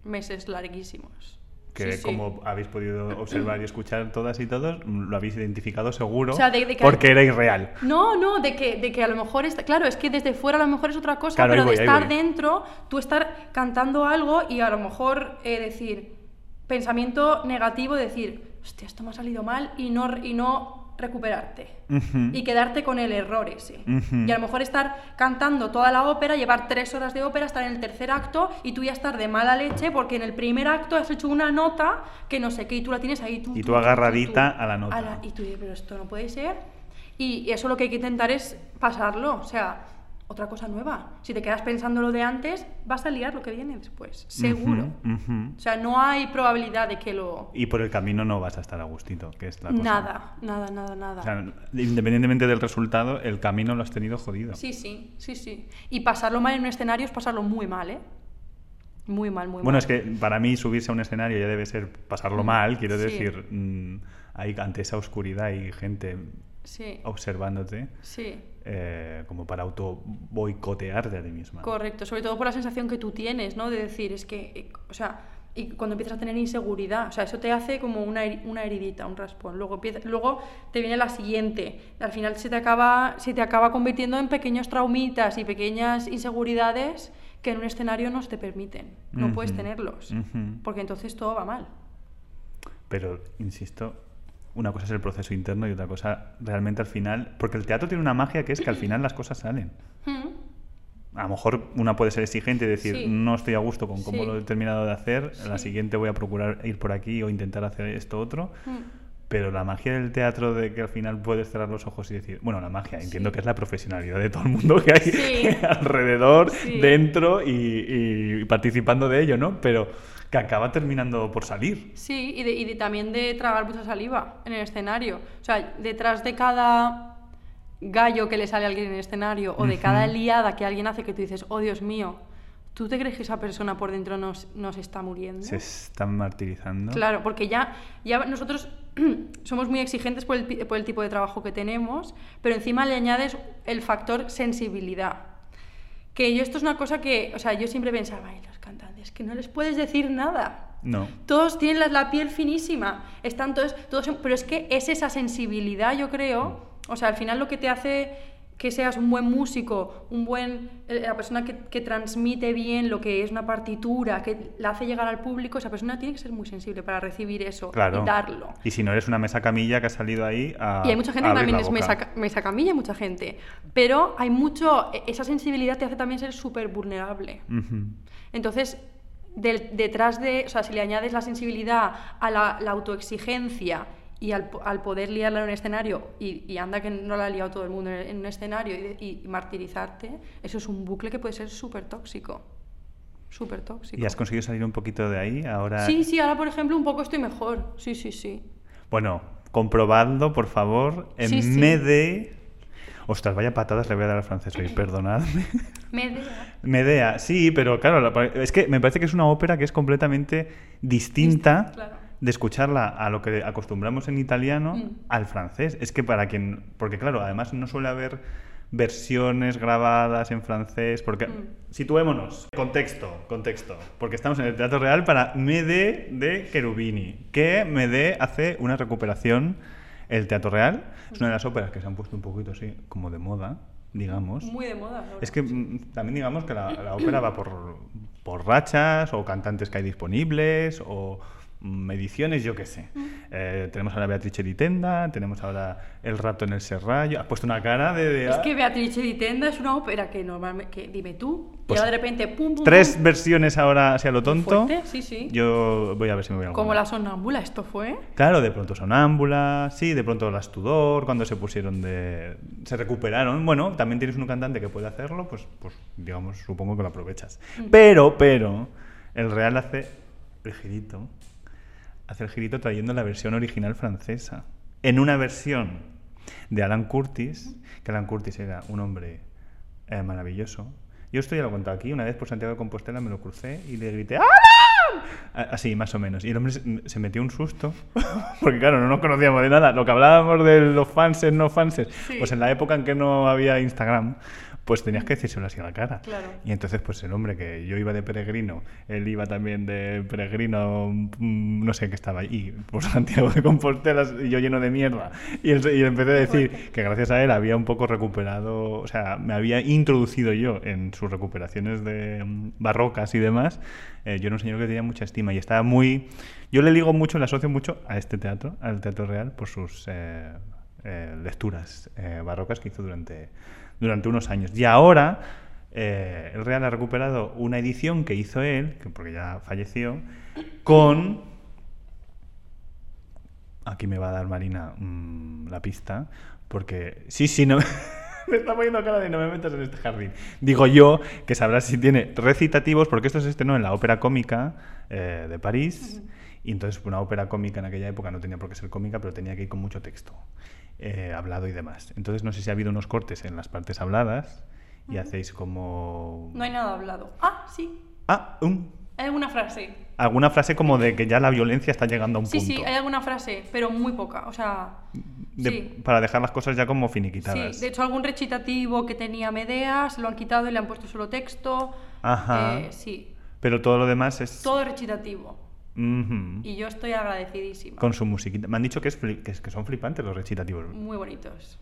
[SPEAKER 3] meses larguísimos.
[SPEAKER 2] Que
[SPEAKER 3] Sí, sí.
[SPEAKER 2] como habéis podido observar y escuchar todas y todos, mm, lo habéis identificado seguro
[SPEAKER 3] O sea, de- de que-
[SPEAKER 2] porque era irreal.
[SPEAKER 3] No, no, de que, de que a lo mejor está, claro, es que desde fuera a lo mejor es otra cosa,
[SPEAKER 2] Claro, ahí
[SPEAKER 3] pero
[SPEAKER 2] voy,
[SPEAKER 3] de
[SPEAKER 2] ahí
[SPEAKER 3] estar
[SPEAKER 2] voy.
[SPEAKER 3] dentro, tú estar cantando algo y a lo mejor eh, decir pensamiento negativo, decir, hostia, esto me ha salido mal y no, y no recuperarte.
[SPEAKER 2] Ujú.
[SPEAKER 3] y quedarte con el error ese.
[SPEAKER 2] Ujú.
[SPEAKER 3] Y a lo mejor estar cantando toda la ópera, llevar tres horas de ópera, estar en el tercer acto y tú ya estar de mala leche porque en el primer acto has hecho una nota que no sé qué y tú la tienes ahí. Tú,
[SPEAKER 2] Y tú agarradita a la nota.
[SPEAKER 3] y tú dices, pero esto no puede ser. Y, y eso lo que hay que intentar es pasarlo, o sea, otra cosa nueva. Si te quedas pensando lo de antes, vas a liar lo que viene después, seguro.
[SPEAKER 2] Ujú, ujú.
[SPEAKER 3] O sea, no hay probabilidad de que lo...
[SPEAKER 2] Y por el camino no vas a estar a gustito, que es la cosa.
[SPEAKER 3] Nada, nada, nada, nada.
[SPEAKER 2] O sea, independientemente del resultado, el camino lo has tenido jodido.
[SPEAKER 3] Sí, sí, sí, sí. Y pasarlo mal en un escenario es pasarlo muy mal, ¿eh? Muy mal, muy
[SPEAKER 2] Bueno,
[SPEAKER 3] mal. Mm,
[SPEAKER 2] es que para mí subirse a un escenario ya debe ser pasarlo mal, quiero
[SPEAKER 3] Sí.
[SPEAKER 2] decir, mm, ahí ante esa oscuridad y gente
[SPEAKER 3] Sí,
[SPEAKER 2] Oh. observándote
[SPEAKER 3] sí.
[SPEAKER 2] eh, como para auto boicotearte a ti misma.
[SPEAKER 3] Correcto, sobre todo por la sensación que tú tienes, ¿no? De decir, es que, eh, o sea, y cuando empiezas a tener inseguridad, o sea, eso te hace como una, heri- una heridita, un raspón. Luego, empieza- luego te viene la siguiente, al final se te, acaba, se te acaba convirtiendo en pequeños traumitas y pequeñas inseguridades que en un escenario no se te permiten, no puedes
[SPEAKER 2] Ujú,
[SPEAKER 3] tenerlos,
[SPEAKER 2] ujú.
[SPEAKER 3] porque entonces todo va mal.
[SPEAKER 2] Pero, insisto, una cosa es el proceso interno y otra cosa realmente al final, porque el teatro tiene una magia que es que al final las cosas salen.
[SPEAKER 3] Mm.
[SPEAKER 2] a lo mejor una puede ser exigente y decir,
[SPEAKER 3] Sí.
[SPEAKER 2] no estoy a gusto con cómo
[SPEAKER 3] Sí.
[SPEAKER 2] lo he terminado de hacer, la
[SPEAKER 3] Sí.
[SPEAKER 2] siguiente voy a procurar ir por aquí o intentar hacer esto otro.
[SPEAKER 3] Mm.
[SPEAKER 2] Pero la magia del teatro de que al final puedes cerrar los ojos y decir, bueno, la magia, entiendo que es la profesionalidad de todo el mundo que hay
[SPEAKER 3] Sí.
[SPEAKER 2] alrededor,
[SPEAKER 3] Sí.
[SPEAKER 2] dentro y, y participando de ello, ¿no? Pero que acaba terminando por salir.
[SPEAKER 3] Sí, y, de- y de- también de tragar mucha saliva en el escenario. O sea, detrás de cada gallo que le sale a alguien en el escenario o de cada
[SPEAKER 2] Ujú.
[SPEAKER 3] liada que alguien hace que tú dices, oh Dios mío, ¿tú te crees que esa persona por dentro nos, nos está muriendo?
[SPEAKER 2] Se están martirizando.
[SPEAKER 3] Claro, porque ya, ya nosotros somos muy exigentes por el, pi- por el tipo de trabajo que tenemos, pero encima le añades el factor sensibilidad. Que yo esto es una cosa que, o sea, yo siempre pensaba, ay, los cantantes, que no les puedes decir nada.
[SPEAKER 2] No.
[SPEAKER 3] Todos tienen la, la piel finísima, están todos, todos, en- pero es que es esa sensibilidad, yo creo, o sea, al final lo que te hace que seas un buen músico, un buen, eh, la persona que, que transmite bien lo que es una partitura, que la hace llegar al público, esa persona tiene que ser muy sensible para recibir eso
[SPEAKER 2] Claro.
[SPEAKER 3] y darlo.
[SPEAKER 2] Y si no eres una mesa camilla que ha salido ahí a.
[SPEAKER 3] Y hay mucha gente
[SPEAKER 2] a
[SPEAKER 3] que
[SPEAKER 2] abrir
[SPEAKER 3] también
[SPEAKER 2] la
[SPEAKER 3] es
[SPEAKER 2] boca.
[SPEAKER 3] mesa, ca- mesa camilla, mucha gente, pero hay mucho, e- esa sensibilidad te hace también ser súper vulnerable.
[SPEAKER 2] Ujú.
[SPEAKER 3] Entonces, del- detrás de, o sea, si le añades la sensibilidad a la, la autoexigencia y al, po- al poder liarla en un escenario, y, y anda que no la ha liado todo el mundo en, en un escenario y, de- y martirizarte, eso es un bucle que puede ser súper tóxico. Súper tóxico.
[SPEAKER 2] ¿Y has conseguido salir un poquito de ahí? Ahora.
[SPEAKER 3] Sí, sí, ahora por ejemplo un poco estoy mejor. Sí, sí, sí.
[SPEAKER 2] Bueno, comprobadlo, por favor, en
[SPEAKER 3] Sí, sí.
[SPEAKER 2] Mede. Ostras, vaya patadas le voy a dar al francés hoy, perdonadme.
[SPEAKER 3] Medea.
[SPEAKER 2] Medea, sí, pero claro, la- es que me parece que es una ópera que es completamente distinta
[SPEAKER 3] Dist- claro.
[SPEAKER 2] de escucharla a lo que acostumbramos en italiano
[SPEAKER 3] Mm.
[SPEAKER 2] al francés. Es que para quien. Porque claro, además no suele haber versiones grabadas en francés. Porque.
[SPEAKER 3] Mm.
[SPEAKER 2] Situémonos. Contexto, contexto. Porque estamos en el Teatro Real para Mede de Cherubini, que Mede hace una recuperación. El Teatro Real es una de las óperas que se han puesto un poquito así, como de moda, digamos.
[SPEAKER 3] Muy de moda. ahora.
[SPEAKER 2] Es que mm, también digamos que la, la ópera va por, por rachas o cantantes que hay disponibles o mm, ediciones, yo qué sé. Eh, tenemos ahora Beatrice Ditenda, tenemos ahora El rato en el serrallo. Has puesto una cara de... de-
[SPEAKER 3] Es que Beatrice di Tenda es una ópera que normalmente, que dime tú,
[SPEAKER 2] Pues
[SPEAKER 3] y ahora de repente, pum, pum,
[SPEAKER 2] Tres
[SPEAKER 3] pum,
[SPEAKER 2] versiones ahora, sea lo tonto.
[SPEAKER 3] fuerte, sí, sí.
[SPEAKER 2] Yo voy a ver si me voy a
[SPEAKER 3] como
[SPEAKER 2] alguna.
[SPEAKER 3] la sonámbula esto fue.
[SPEAKER 2] Claro, de pronto sonámbula, sí, de pronto las Tudor, cuando se pusieron de... se recuperaron. Bueno, también tienes un cantante que puede hacerlo, pues, pues digamos, supongo que lo aprovechas. Pero, pero, el Real hace el girito, hace el girito trayendo la versión original francesa. En una versión de Alan Curtis, que Alan Curtis era un hombre eh, maravilloso. Yo esto ya lo he contado aquí, una vez por Santiago de Compostela me lo crucé y le grité ¡Alan! A- Así, más o menos. Y el hombre se- se metió un susto, porque claro, no nos conocíamos de nada. Lo que hablábamos de los fanses, no fanses,
[SPEAKER 3] Sí.
[SPEAKER 2] pues en la época en que no había Instagram, pues tenías que decírselo así a la cara.
[SPEAKER 3] Claro.
[SPEAKER 2] Y entonces, pues el hombre que yo iba de peregrino, él iba también de peregrino, mm, no sé qué estaba ahí, por Santiago de Compostela, y yo lleno de mierda. Y, él, se- y empecé a decir que gracias a él había un poco recuperado, o sea, me había introducido yo en sus recuperaciones de mm, barrocas y demás. Eh, yo era un señor que tenía mucha estima y estaba muy. Yo le ligo mucho, le asocio mucho a este teatro, al Teatro Real, por sus. eh, eh, lecturas eh, barrocas que hizo durante, durante unos años. Y ahora eh, el Real ha recuperado una edición que hizo él, que porque ya falleció, con... Aquí me va a dar Marina mm, la pista, porque... Sí, sí, no... Me está poniendo cara de no me metas en este jardín. Digo yo que sabrás si tiene recitativos, porque esto se estrenó en la ópera cómica eh, de París. Y entonces una ópera cómica en aquella época no tenía por qué ser cómica, pero tenía que ir con mucho texto eh, hablado y demás. Entonces no sé si ha habido unos cortes en las partes habladas y hacéis como...
[SPEAKER 3] No hay nada hablado. Ah, sí.
[SPEAKER 2] Ah, um,
[SPEAKER 3] Hay alguna frase.
[SPEAKER 2] alguna frase como de que ya la violencia está llegando a un
[SPEAKER 3] Sí,
[SPEAKER 2] punto.
[SPEAKER 3] sí, hay alguna frase, pero muy poca. O sea.
[SPEAKER 2] De-
[SPEAKER 3] sí.
[SPEAKER 2] Para dejar las cosas ya como
[SPEAKER 3] Sí,
[SPEAKER 2] finiquitadas.
[SPEAKER 3] de hecho algún recitativo que tenía Medea se lo han quitado y le han puesto solo texto.
[SPEAKER 2] Ajá.
[SPEAKER 3] Eh, sí,
[SPEAKER 2] Pero todo lo demás es...
[SPEAKER 3] todo recitativo.
[SPEAKER 2] Ujú.
[SPEAKER 3] Y yo estoy agradecidísima.
[SPEAKER 2] Con su musiquita. Me han dicho que, es fli- que, es- que son flipantes los recitativos.
[SPEAKER 3] Muy bonitos.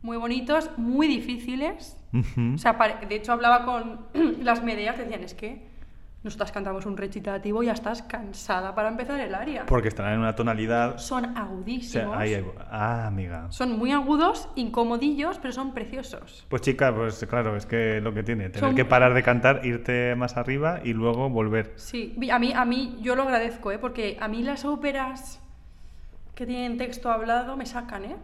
[SPEAKER 3] Muy bonitos, muy difíciles.
[SPEAKER 2] Ujú.
[SPEAKER 3] O sea, pare- de hecho hablaba con las Medeas, decían, es que Nosotras cantamos un recitativo y ya estás cansada para empezar el aria.
[SPEAKER 2] Porque estarán en una tonalidad. o
[SPEAKER 3] Son agudísimos.
[SPEAKER 2] sea, ahí hay- Ah, amiga.
[SPEAKER 3] Son muy agudos, incomodillos, pero son preciosos.
[SPEAKER 2] Pues chica, pues claro, es que lo que tiene, tener
[SPEAKER 3] Son-
[SPEAKER 2] que parar de cantar, irte más arriba y luego volver.
[SPEAKER 3] Sí, vi- a mí, a mí yo lo agradezco, ¿eh? porque a mí las óperas que tienen texto hablado me sacan, ¿eh?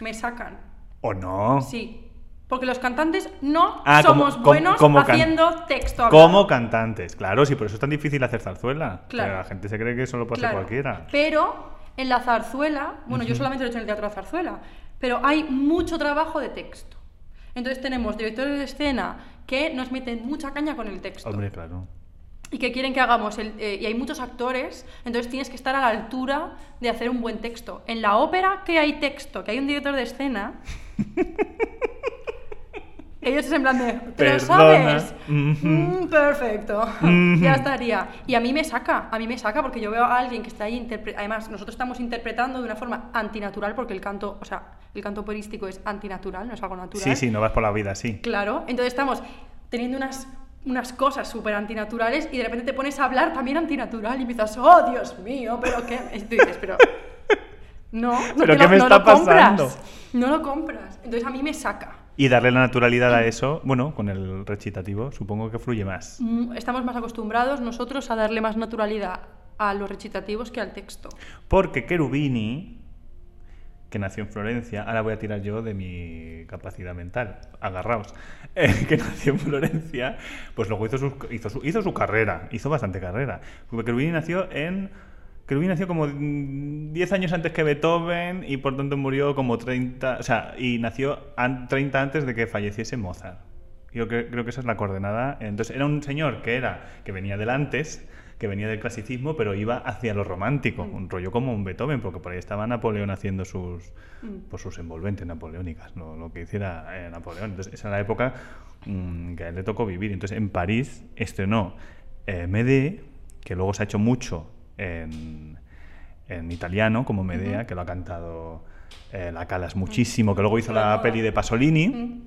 [SPEAKER 3] Me sacan.
[SPEAKER 2] ¿O no?
[SPEAKER 3] Sí. Porque los cantantes no
[SPEAKER 2] Ah, como-
[SPEAKER 3] somos
[SPEAKER 2] como-
[SPEAKER 3] buenos
[SPEAKER 2] como can-
[SPEAKER 3] haciendo texto hablado.
[SPEAKER 2] Como cantantes, claro, sí, por eso es tan difícil hacer zarzuela.
[SPEAKER 3] Claro.
[SPEAKER 2] Que la gente se cree que solo puede hacer
[SPEAKER 3] Claro.
[SPEAKER 2] Pues cualquiera.
[SPEAKER 3] Pero en la zarzuela, bueno, yo solamente lo he hecho en el teatro de la zarzuela, pero hay mucho trabajo de texto. Entonces tenemos directores de escena que nos meten mucha caña con el texto
[SPEAKER 2] Hombre, claro.
[SPEAKER 3] y que quieren que hagamos, el- eh, y hay muchos actores, entonces tienes que estar a la altura de hacer un buen texto. En la ópera que hay texto, que hay un director de escena, ellos es en plan de, "¿Te lo
[SPEAKER 2] Perdona.
[SPEAKER 3] sabes?
[SPEAKER 2] Ujú.
[SPEAKER 3] Mm, perfecto,
[SPEAKER 2] Ujú.
[SPEAKER 3] ya estaría. Y a mí me saca, a mí me saca porque yo veo a alguien que está ahí, interpre- además nosotros estamos interpretando de una forma antinatural porque el canto, o sea, el canto operístico es antinatural, no es algo natural.
[SPEAKER 2] Sí, sí, no vas por la vida así.
[SPEAKER 3] Claro, entonces estamos teniendo unas, unas cosas súper antinaturales y de repente te pones a hablar también antinatural y empiezas, oh Dios mío, pero qué. Y tú dices, pero. No, no
[SPEAKER 2] ¿Pero
[SPEAKER 3] te
[SPEAKER 2] qué
[SPEAKER 3] lo-
[SPEAKER 2] me
[SPEAKER 3] no
[SPEAKER 2] está
[SPEAKER 3] lo compras,
[SPEAKER 2] pasando?
[SPEAKER 3] No lo compras. Entonces a mí me saca.
[SPEAKER 2] Y darle la naturalidad a eso, bueno, con el recitativo, supongo que fluye más.
[SPEAKER 3] Mm, Estamos más acostumbrados nosotros a darle más naturalidad a los recitativos que al texto.
[SPEAKER 2] Porque Cherubini, que nació en Florencia, ahora voy a tirar yo de mi capacidad mental, agarraos, eh, que nació en Florencia, pues luego hizo su, hizo su, hizo su carrera, hizo bastante carrera. Porque Cherubini nació en... Cherubini nació como mm, 10 años antes que Beethoven y por tanto murió como 30, o sea, y nació an- 30 antes de que falleciese Mozart. Yo cre- creo que esa es la coordenada. Entonces era un señor que era, que venía del antes, que venía del clasicismo, pero iba hacia lo romántico, un rollo como un Beethoven, porque por ahí estaba Napoleón haciendo sus,
[SPEAKER 3] Mm.
[SPEAKER 2] pues, sus envolventes napoleónicas, lo, lo que hiciera eh, Napoleón. Entonces esa era la época mm, que a él le tocó vivir. Entonces en París estrenó eh, Medea, que luego se ha hecho mucho en, en italiano, como Medea, que lo ha cantado eh, la Calas muchísimo, que luego hizo
[SPEAKER 3] La
[SPEAKER 2] la
[SPEAKER 3] moda.
[SPEAKER 2] peli de Pasolini.
[SPEAKER 3] Mm.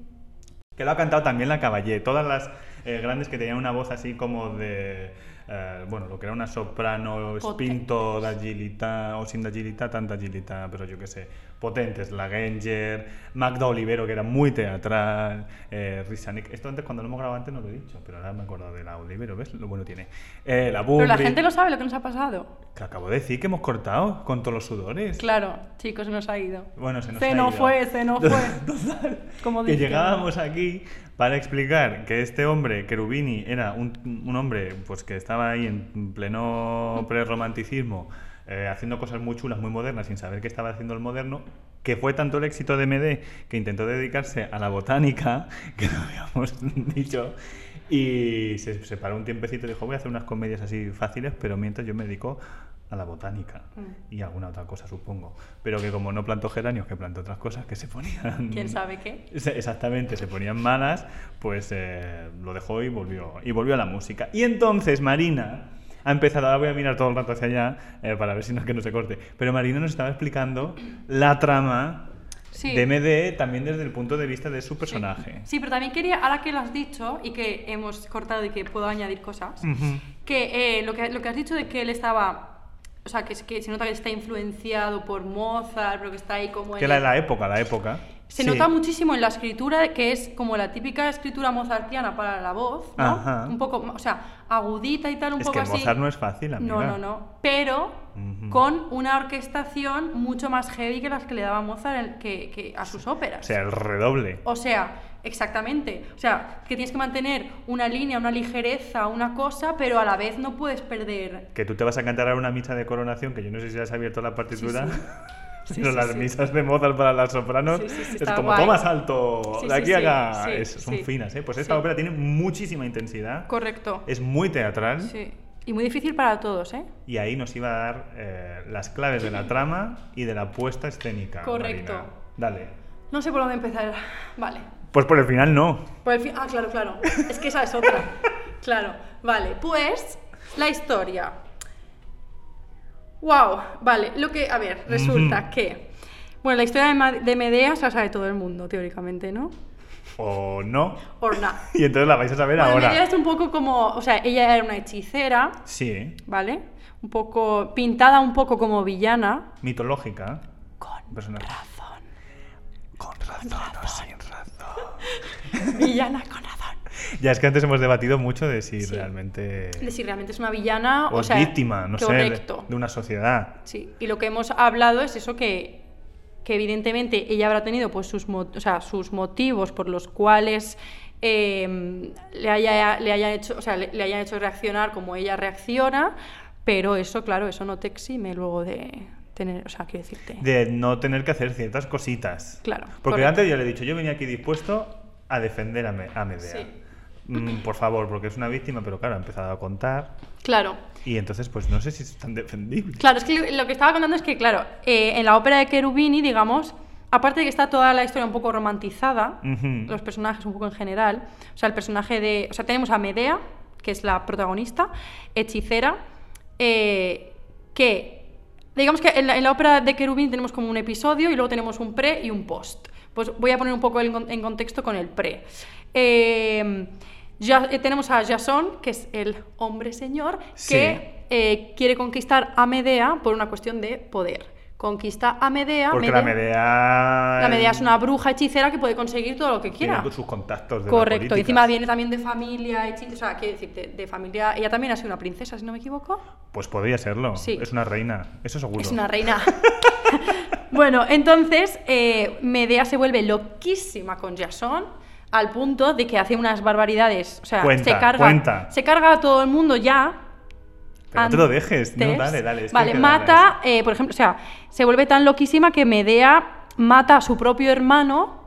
[SPEAKER 2] Que lo ha cantado también la Caballé. Todas las eh, grandes que tenían una voz así como de. eh, bueno, lo que era una soprano, spinto, d'agilità, o sin d'agilità, tanta agilità, pero yo qué sé. Potentes, la Genger, Magda Olivero, que era muy teatral, eh, Risanek. Esto antes, cuando lo hemos grabado antes, no lo he dicho, pero ahora me he acordado de la Olivero, ¿ves? Lo bueno tiene. Eh, la
[SPEAKER 3] Pero la
[SPEAKER 2] Bumbri,
[SPEAKER 3] gente lo sabe lo que nos ha pasado.
[SPEAKER 2] Que acabo de decir que hemos cortado con todos los sudores.
[SPEAKER 3] Claro, chicos, se nos ha ido.
[SPEAKER 2] Bueno, se nos
[SPEAKER 3] Se
[SPEAKER 2] ha
[SPEAKER 3] nos
[SPEAKER 2] ido.
[SPEAKER 3] fue, se nos fue.
[SPEAKER 2] Total,
[SPEAKER 3] Como
[SPEAKER 2] que
[SPEAKER 3] dicen.
[SPEAKER 2] llegábamos aquí para explicar que este hombre, Cherubini, era un, un hombre pues que estaba ahí en pleno prerromanticismo, eh, haciendo cosas muy chulas, muy modernas, sin saber qué estaba haciendo el moderno, que fue tanto el éxito de MD que intentó dedicarse a la botánica, que lo habíamos dicho, y se separó un tiempecito y dijo, voy a hacer unas comedias así fáciles, pero mientras yo me dedico a la botánica
[SPEAKER 3] Mm.
[SPEAKER 2] y alguna otra cosa, supongo. Pero que como no plantó geranios, que plantó otras cosas que se ponían...
[SPEAKER 3] ¿Quién sabe qué?
[SPEAKER 2] Se- Exactamente, se ponían malas, pues eh, lo dejó y volvió, y volvió a la música. Y entonces Marina ha empezado, ahora voy a mirar todo el rato hacia allá eh, para ver si no es que no se corte, pero Marina nos estaba explicando la trama
[SPEAKER 3] Sí.
[SPEAKER 2] de MDE también desde el punto de vista de su personaje.
[SPEAKER 3] Sí, pero también quería, ahora que lo has dicho y que hemos cortado y que puedo añadir cosas,
[SPEAKER 2] Ujú.
[SPEAKER 3] que, eh, lo que lo que has dicho de que él estaba, o sea, que, es- que se nota que está influenciado por Mozart, pero que está ahí como...
[SPEAKER 2] Que
[SPEAKER 3] en
[SPEAKER 2] la,
[SPEAKER 3] el-
[SPEAKER 2] la época, la época.
[SPEAKER 3] Se
[SPEAKER 2] Sí.
[SPEAKER 3] nota muchísimo en la escritura, que es como la típica escritura mozartiana para la voz, ¿no?
[SPEAKER 2] Ajá.
[SPEAKER 3] Un poco, o sea, agudita y tal, un
[SPEAKER 2] Es que
[SPEAKER 3] poco así.
[SPEAKER 2] Mozart no es fácil, amiga.
[SPEAKER 3] No, no, no. Pero
[SPEAKER 2] Ujú.
[SPEAKER 3] con una orquestación mucho más heavy que las que le daba Mozart en- que, que a sus óperas.
[SPEAKER 2] O sea, el redoble.
[SPEAKER 3] O sea, exactamente. O sea, que tienes que mantener una línea, una ligereza, una cosa, pero a la vez no puedes perder.
[SPEAKER 2] Que tú te vas a cantar a una misa de coronación, que yo no sé si has abierto la partitura.
[SPEAKER 3] Sí, Sí,
[SPEAKER 2] pero
[SPEAKER 3] sí,
[SPEAKER 2] las
[SPEAKER 3] sí.
[SPEAKER 2] misas de Mozart para las sopranos
[SPEAKER 3] Sí, sí, sí,
[SPEAKER 2] es
[SPEAKER 3] está
[SPEAKER 2] como
[SPEAKER 3] guay.
[SPEAKER 2] toma salto
[SPEAKER 3] Sí,
[SPEAKER 2] de
[SPEAKER 3] sí,
[SPEAKER 2] aquí
[SPEAKER 3] sí,
[SPEAKER 2] acá
[SPEAKER 3] sí,
[SPEAKER 2] Es- son
[SPEAKER 3] sí.
[SPEAKER 2] finas ¿eh? pues esta
[SPEAKER 3] Sí.
[SPEAKER 2] ópera tiene muchísima intensidad
[SPEAKER 3] Correcto.
[SPEAKER 2] es muy teatral
[SPEAKER 3] Sí. Y muy difícil para todos, ¿eh?
[SPEAKER 2] y ahí nos iba a dar eh, las claves de la trama y de la puesta escénica
[SPEAKER 3] Correcto.
[SPEAKER 2] Marina. dale
[SPEAKER 3] No sé por dónde empezar. Vale.
[SPEAKER 2] pues por el final no
[SPEAKER 3] Por el fin- Ah, claro, claro. Es que esa es otra. Claro. Vale. Pues la historia. Wow. Vale. Lo que, a ver, resulta
[SPEAKER 2] Ujú.
[SPEAKER 3] que. Bueno, la historia de Ma- de Medea se la sabe todo el mundo, teóricamente, ¿no?
[SPEAKER 2] o no.
[SPEAKER 3] Orna.
[SPEAKER 2] Y entonces la vais a saber
[SPEAKER 3] Bueno,
[SPEAKER 2] ahora.
[SPEAKER 3] ella es un poco como, o sea, ella era una hechicera,
[SPEAKER 2] Sí, ¿eh?
[SPEAKER 3] ¿vale? Un poco pintada un poco como villana.
[SPEAKER 2] mitológica.
[SPEAKER 3] Con
[SPEAKER 2] Personaje.
[SPEAKER 3] razón.
[SPEAKER 2] Con razón o sin razón.
[SPEAKER 3] Villana con razón.
[SPEAKER 2] Ya es que antes hemos debatido mucho de si
[SPEAKER 3] Sí.
[SPEAKER 2] realmente.
[SPEAKER 3] Es decir, realmente es una villana,
[SPEAKER 2] o
[SPEAKER 3] Ah, o
[SPEAKER 2] es
[SPEAKER 3] sea,
[SPEAKER 2] víctima, no sé, de,
[SPEAKER 3] correcto.
[SPEAKER 2] de una sociedad.
[SPEAKER 3] Sí, y lo que hemos hablado es eso que, que evidentemente ella habrá tenido pues sus, mo- o sea, sus motivos por los cuales eh, le, haya, le haya hecho, o sea, le, le hayan hecho reaccionar como ella reacciona, pero eso, claro, eso no te exime luego de tener, o sea, quiero decirte.
[SPEAKER 2] De no tener que hacer ciertas cositas.
[SPEAKER 3] Claro,
[SPEAKER 2] Porque
[SPEAKER 3] correcto.
[SPEAKER 2] antes ya le he dicho, yo venía aquí dispuesto a defender a, Me- a Medea.
[SPEAKER 3] Sí.
[SPEAKER 2] Mm, por favor, porque es una víctima, pero claro, ha empezado a contar.
[SPEAKER 3] Claro.
[SPEAKER 2] Y entonces, pues no sé si es tan defendible.
[SPEAKER 3] Claro, es que lo que estaba contando es que, claro, eh, en la ópera de Cherubini, digamos, aparte de que está toda la historia un poco romantizada,
[SPEAKER 2] Ujú.
[SPEAKER 3] los personajes un poco en general, o sea, el personaje de... O sea, tenemos a Medea, que es la protagonista, hechicera, eh, que... Digamos que en la, en la ópera de Cherubini tenemos como un episodio y luego tenemos un pre y un post. Pues voy a poner un poco el con- en contexto con el pre. Eh, ya, eh, tenemos a Jason, que es el hombre señor,
[SPEAKER 2] Sí.
[SPEAKER 3] que eh, quiere conquistar a Medea por una cuestión de poder. Conquista a Medea.
[SPEAKER 2] Porque la Medea.
[SPEAKER 3] la Medea es una bruja hechicera que puede conseguir todo lo que
[SPEAKER 2] Tiene
[SPEAKER 3] quiera.
[SPEAKER 2] sus contactos de la
[SPEAKER 3] Correcto.
[SPEAKER 2] política.
[SPEAKER 3] y Encima viene también de familia hechic- O sea, quiero decirte, de familia. Ella también ha sido una princesa, si no me equivoco.
[SPEAKER 2] Pues podría serlo.
[SPEAKER 3] Sí.
[SPEAKER 2] Es una reina, eso seguro.
[SPEAKER 3] Es una reina. bueno, entonces eh, Medea se vuelve loquísima con Jason al punto de que hace unas barbaridades. O sea,
[SPEAKER 2] Cuenta,
[SPEAKER 3] se carga.
[SPEAKER 2] cuenta.
[SPEAKER 3] Se carga a todo el mundo ya.
[SPEAKER 2] Pero no te lo dejes. No,
[SPEAKER 3] Antes.
[SPEAKER 2] dale, dale. es que
[SPEAKER 3] vale,
[SPEAKER 2] hay que darle a
[SPEAKER 3] mata, eh, por ejemplo, o sea, se vuelve tan loquísima que Medea mata a su propio hermano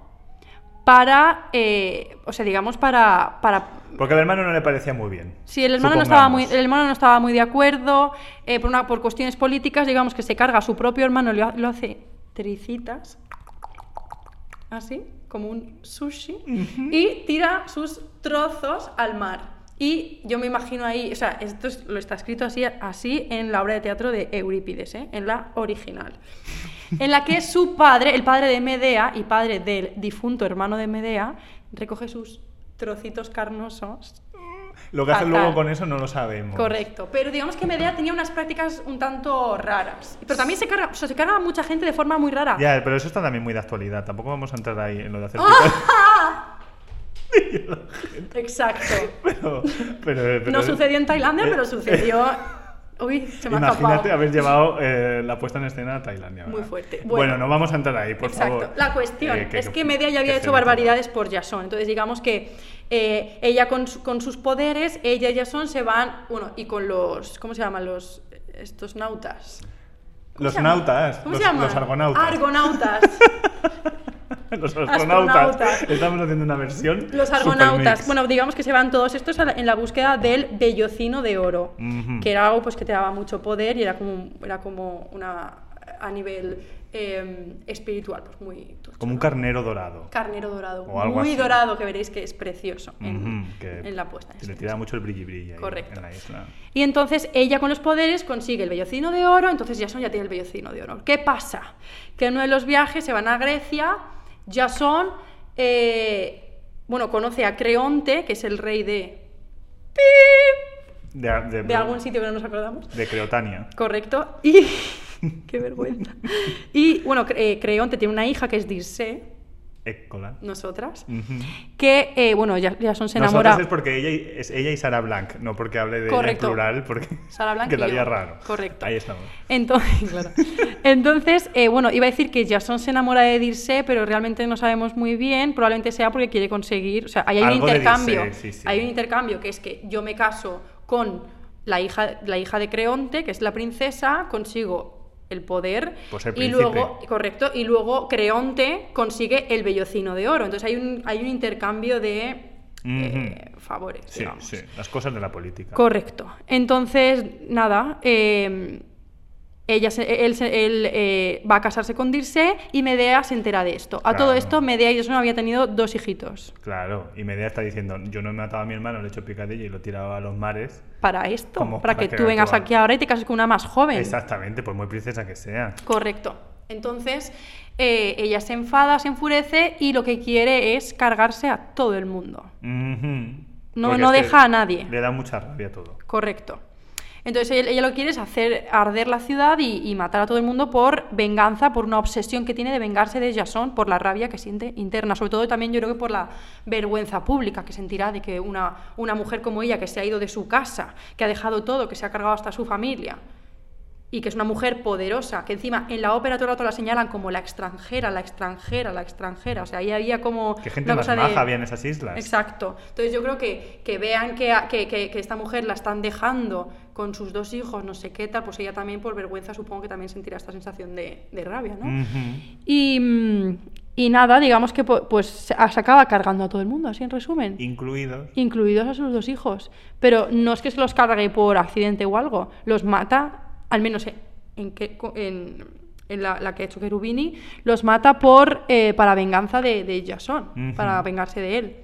[SPEAKER 3] para, eh, o sea, digamos, para, para
[SPEAKER 2] eso. Porque al hermano no le parecía muy bien.
[SPEAKER 3] Sí, el hermano, no estaba muy,
[SPEAKER 2] supongamos.
[SPEAKER 3] el hermano no estaba muy de acuerdo, eh, por, una, por cuestiones políticas, digamos que se carga a su propio hermano, lo, ha- lo hace tricitas, así, como un sushi, y tira sus trozos al mar. Y yo me imagino ahí, o sea, esto es- lo está escrito así, así en la obra de teatro de Eurípides, ¿eh? en la original, en la que su padre, el padre de Medea y padre del difunto hermano de Medea, recoge sus trocitos carnosos
[SPEAKER 2] Lo que hacen
[SPEAKER 3] fatal.
[SPEAKER 2] luego con eso no lo sabemos.
[SPEAKER 3] Correcto, pero digamos que Medea tenía unas prácticas un tanto raras. Pero también se carga, o sea, se carga a mucha gente de forma muy rara.
[SPEAKER 2] Ya, pero eso está también muy de actualidad. Tampoco vamos a entrar ahí en lo de hacer
[SPEAKER 3] Ah. Exacto.
[SPEAKER 2] pero, pero, eh, pero- eh,
[SPEAKER 3] No sucedió en Tailandia, pero sucedió. Uy, se me ha
[SPEAKER 2] Imagínate
[SPEAKER 3] escapado.
[SPEAKER 2] haber llevado eh, la puesta en escena a Tailandia. ¿verdad?
[SPEAKER 3] Muy fuerte.
[SPEAKER 2] Bueno,
[SPEAKER 3] Bueno.
[SPEAKER 2] no vamos a entrar ahí, por
[SPEAKER 3] Exacto.
[SPEAKER 2] favor.
[SPEAKER 3] La cuestión
[SPEAKER 2] Eh,
[SPEAKER 3] es que Medea ya
[SPEAKER 2] que
[SPEAKER 3] había hecho
[SPEAKER 2] feo.
[SPEAKER 3] barbaridades por Jason. Entonces, digamos que eh, ella con, su- con sus poderes, ella y Jason se van. Bueno, y con los. ¿Cómo se llaman los. estos nautas? ¿Cómo
[SPEAKER 2] Los
[SPEAKER 3] se llaman?
[SPEAKER 2] nautas.
[SPEAKER 3] ¿Cómo
[SPEAKER 2] los,
[SPEAKER 3] se llaman?
[SPEAKER 2] los argonautas.
[SPEAKER 3] Argonautas.
[SPEAKER 2] los astronautas.
[SPEAKER 3] Astronautas.
[SPEAKER 2] Estamos haciendo una versión.
[SPEAKER 3] Los argonautas.
[SPEAKER 2] supermix.
[SPEAKER 3] Bueno, digamos que se van todos estos a la- en la búsqueda del bellocino de oro,
[SPEAKER 2] Ujú.
[SPEAKER 3] que era algo pues, que te daba mucho poder y era como, un- era como una a nivel eh, espiritual, pues muy tocho,
[SPEAKER 2] Como un
[SPEAKER 3] ¿no?
[SPEAKER 2] carnero dorado.
[SPEAKER 3] carnero dorado,
[SPEAKER 2] O algo
[SPEAKER 3] muy
[SPEAKER 2] así.
[SPEAKER 3] dorado que veréis que es precioso en,
[SPEAKER 2] Ujú, que
[SPEAKER 3] en la puesta. Este en
[SPEAKER 2] Se le
[SPEAKER 3] escena.
[SPEAKER 2] tira mucho el brilli brilli ahí
[SPEAKER 3] Correcto.
[SPEAKER 2] en la isla.
[SPEAKER 3] Y entonces ella con los poderes consigue el vellocino de oro, entonces Jason ya tiene el vellocino de oro. ¿Qué pasa? Que en uno de los viajes se van a Grecia, Jason, eh, bueno, conoce a Creonte, que es el rey de...
[SPEAKER 2] De, de-
[SPEAKER 3] de algún sitio que no nos acordamos.
[SPEAKER 2] de Creotania.
[SPEAKER 3] Correcto. Y... ¡Qué vergüenza! Y bueno, Cre- eh, Creonte tiene una hija que es Dirce,
[SPEAKER 2] Écola.
[SPEAKER 3] nosotras,
[SPEAKER 2] Ujú.
[SPEAKER 3] que, eh, bueno, ya, ya son se
[SPEAKER 2] Mm. Nosotras
[SPEAKER 3] enamora.
[SPEAKER 2] es porque ella y, es ella y Sara Blanc, no porque hable de ella en
[SPEAKER 3] Correcto.
[SPEAKER 2] plural, porque
[SPEAKER 3] Sara Blanc y
[SPEAKER 2] quedaría
[SPEAKER 3] yo.
[SPEAKER 2] raro.
[SPEAKER 3] Correcto.
[SPEAKER 2] Ahí estamos.
[SPEAKER 3] Entonces, claro. Entonces, eh, bueno, iba a decir que Jason se enamora de Dirce, pero realmente no sabemos muy bien. Probablemente sea porque quiere conseguir. O sea, ahí hay
[SPEAKER 2] Algo
[SPEAKER 3] un
[SPEAKER 2] de
[SPEAKER 3] intercambio.
[SPEAKER 2] Dircé, sí, sí.
[SPEAKER 3] Hay un intercambio que es que yo me caso con la hija, la hija de Creonte, que es la princesa, consigo el poder
[SPEAKER 2] Pues el
[SPEAKER 3] y
[SPEAKER 2] príncipe.
[SPEAKER 3] luego correcto y luego Creonte consigue el vellocino de oro entonces hay un hay un intercambio de eh,
[SPEAKER 2] Ujú.
[SPEAKER 3] favores
[SPEAKER 2] Sí,
[SPEAKER 3] digamos.
[SPEAKER 2] sí, las cosas de la política.
[SPEAKER 3] Correcto. Entonces, nada, eh, ella se- él, se- él, eh, va a casarse con Dirce y Medea se entera de esto. A
[SPEAKER 2] Claro.
[SPEAKER 3] todo esto, Medea y Jason había tenido dos hijitos.
[SPEAKER 2] Claro, y Medea está diciendo, yo no he matado a mi hermano, le he hecho picadillo y lo he tirado a los mares.
[SPEAKER 3] Para esto,
[SPEAKER 2] Como
[SPEAKER 3] para,
[SPEAKER 2] para
[SPEAKER 3] que
[SPEAKER 2] que
[SPEAKER 3] tú vengas
[SPEAKER 2] actúa.
[SPEAKER 3] aquí ahora y te cases con una más joven.
[SPEAKER 2] Exactamente, por muy princesa que sea.
[SPEAKER 3] Correcto. Entonces, eh, ella se enfada, se enfurece y lo que quiere es cargarse a todo el mundo.
[SPEAKER 2] Ujú.
[SPEAKER 3] No-
[SPEAKER 2] Porque
[SPEAKER 3] no
[SPEAKER 2] es que
[SPEAKER 3] deja a nadie.
[SPEAKER 2] Le da mucha rabia todo.
[SPEAKER 3] Correcto. Entonces él- ella lo que quiere es hacer arder la ciudad y, y matar a todo el mundo por venganza, por una obsesión que tiene de vengarse de Jason, por la rabia que siente interna, sobre todo también yo creo que por la vergüenza pública que sentirá de que una, una mujer como ella, que se ha ido de su casa, que ha dejado todo, que se ha cargado hasta su familia, y que es una mujer poderosa, que encima en la ópera todo el rato la señalan como la extranjera, la extranjera, la extranjera, o sea, ahí había como...
[SPEAKER 2] Que gente
[SPEAKER 3] una
[SPEAKER 2] más
[SPEAKER 3] cosa de-
[SPEAKER 2] baja había en esas islas.
[SPEAKER 3] Exacto. Entonces yo creo que, que vean que, a- que- que- que esta mujer la están dejando con sus dos hijos, no sé qué tal, pues ella también por vergüenza supongo que también sentirá esta sensación de, de rabia, ¿no?
[SPEAKER 2] Ujú.
[SPEAKER 3] Y, mm, y nada, digamos que po- pues se se acaba cargando a todo el mundo, así en resumen.
[SPEAKER 2] Incluidos.
[SPEAKER 3] incluidos a sus dos hijos. Pero no es que se los cargue por accidente o algo, los mata, al menos en, en que, co- en, en la, la que ha hecho Cherubini, los mata por, eh, para venganza de, de Jason,
[SPEAKER 2] Ujú.
[SPEAKER 3] para vengarse de él.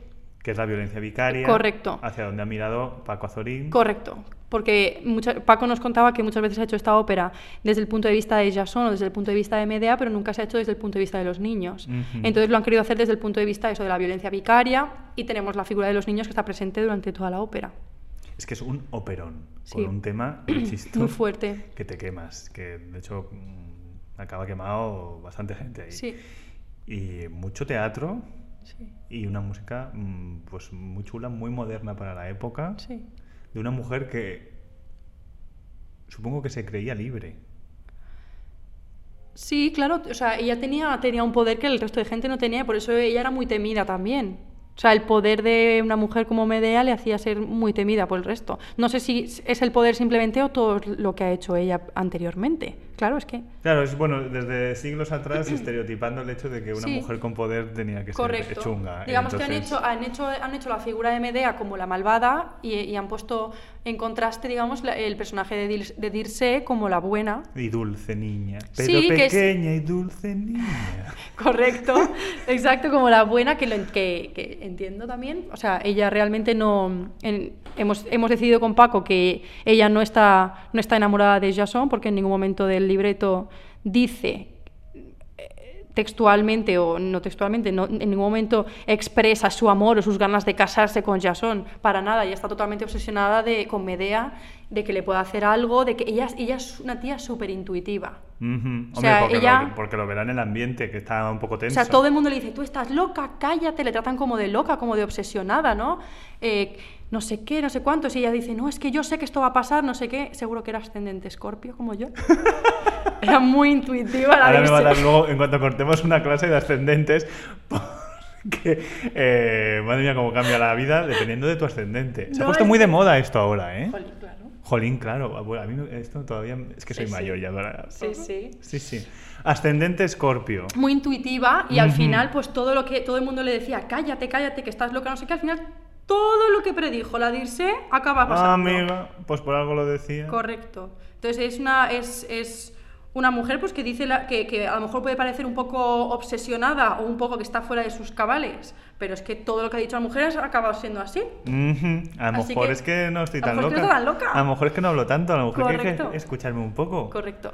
[SPEAKER 2] que es la violencia vicaria.
[SPEAKER 3] Correcto.
[SPEAKER 2] Hacia donde ha mirado Paco Azorín.
[SPEAKER 3] Correcto, porque mucha- Paco nos contaba que muchas veces se ha hecho esta ópera desde el punto de vista de Jason o desde el punto de vista de Medea, pero nunca se ha hecho desde el punto de vista de los niños.
[SPEAKER 2] Ujú.
[SPEAKER 3] Entonces lo han querido hacer desde el punto de vista eso, de la violencia vicaria y tenemos la figura de los niños que está presente durante toda la ópera.
[SPEAKER 2] Es que es un operón.
[SPEAKER 3] Sí.
[SPEAKER 2] Con un tema, insisto.
[SPEAKER 3] Muy fuerte.
[SPEAKER 2] Que te quemas. Que de hecho mm, acaba quemado bastante gente ahí.
[SPEAKER 3] Sí,
[SPEAKER 2] Y mucho teatro
[SPEAKER 3] sí,
[SPEAKER 2] y una música mm, pues muy chula, muy moderna para la época.
[SPEAKER 3] sí.
[SPEAKER 2] De una mujer que supongo que se creía libre.
[SPEAKER 3] Sí, claro, o sea, ella tenía, tenía un poder que el resto de gente no tenía y por eso ella era muy temida también. O sea, el poder de una mujer como Medea le hacía ser muy temida por el resto. No sé si es el poder simplemente o todo lo que ha hecho ella anteriormente. Claro, es que...
[SPEAKER 2] Claro, es bueno, desde siglos atrás estereotipando el hecho de que una
[SPEAKER 3] Sí.
[SPEAKER 2] mujer con poder tenía que ser
[SPEAKER 3] Correcto.
[SPEAKER 2] chunga. ¿eh?
[SPEAKER 3] Digamos
[SPEAKER 2] Entonces,
[SPEAKER 3] que han hecho, han, hecho, han hecho la figura de Medea como la malvada y, y han puesto en contraste, digamos, la- el personaje de, Dil- de Dirce como la buena.
[SPEAKER 2] Y dulce niña. Pero
[SPEAKER 3] Sí, que es-
[SPEAKER 2] pequeña y dulce niña.
[SPEAKER 3] Correcto, exacto, como la buena que, lo, en- que, que entiendo también. O sea, ella realmente no... en- hemos, hemos decidido con Paco que ella no está, no está enamorada de Jason porque en ningún momento del libreto dice eh, textualmente o no textualmente, no, en ningún momento expresa su amor o sus ganas de casarse con Jason, para nada, ella está totalmente obsesionada de, con Medea, de que le pueda hacer algo, de que ella, ella es una tía súper intuitiva.
[SPEAKER 2] Ujú. Hombre,
[SPEAKER 3] O sea,
[SPEAKER 2] porque,
[SPEAKER 3] ella-
[SPEAKER 2] lo, porque lo verá en el ambiente, que está un poco tenso.
[SPEAKER 3] O sea, todo el mundo le dice, tú estás loca, cállate, le tratan como de loca, como de obsesionada, ¿no? Eh, no sé qué, no sé cuántos. Y ella dice, no, es que yo sé que esto va a pasar, no sé qué. Seguro que era ascendente escorpio, como yo. era muy intuitiva la
[SPEAKER 2] Ahora me va a
[SPEAKER 3] Dirce.
[SPEAKER 2] dar luego, en cuanto cortemos una clase de ascendentes, porque, eh, madre mía, cómo cambia la vida dependiendo de tu ascendente. Se ha
[SPEAKER 3] No,
[SPEAKER 2] puesto
[SPEAKER 3] es
[SPEAKER 2] muy de
[SPEAKER 3] que-
[SPEAKER 2] moda esto ahora, ¿eh?
[SPEAKER 3] Jolín, claro.
[SPEAKER 2] Jolín, claro. abuela, A mí me- esto todavía... Es que soy
[SPEAKER 3] Sí, sí.
[SPEAKER 2] mayor ya. para-
[SPEAKER 3] Sí, sí.
[SPEAKER 2] Sí, sí. Ascendente Escorpio.
[SPEAKER 3] Muy intuitiva y al
[SPEAKER 2] Ujú.
[SPEAKER 3] final, pues todo lo que todo el mundo le decía, cállate, cállate, que estás loca, no sé qué. Al final, todo lo que predijo la Dirce acaba pasando.
[SPEAKER 2] Ah, amiga, pues por algo lo decía.
[SPEAKER 3] Correcto. Entonces es una, es, es una mujer pues, que dice la- que, que a lo mejor puede parecer un poco obsesionada o un poco que está fuera de sus cabales, pero es que todo lo que ha dicho la mujer ha acabado siendo así.
[SPEAKER 2] Ujú, A lo
[SPEAKER 3] Así
[SPEAKER 2] mejor
[SPEAKER 3] que-
[SPEAKER 2] es que no estoy
[SPEAKER 3] a lo
[SPEAKER 2] tan
[SPEAKER 3] mejor
[SPEAKER 2] loca.
[SPEAKER 3] es que no tan loca.
[SPEAKER 2] A lo mejor es que no hablo tanto, a lo mejor que hay
[SPEAKER 3] Correcto.
[SPEAKER 2] que escucharme un poco.
[SPEAKER 3] Correcto,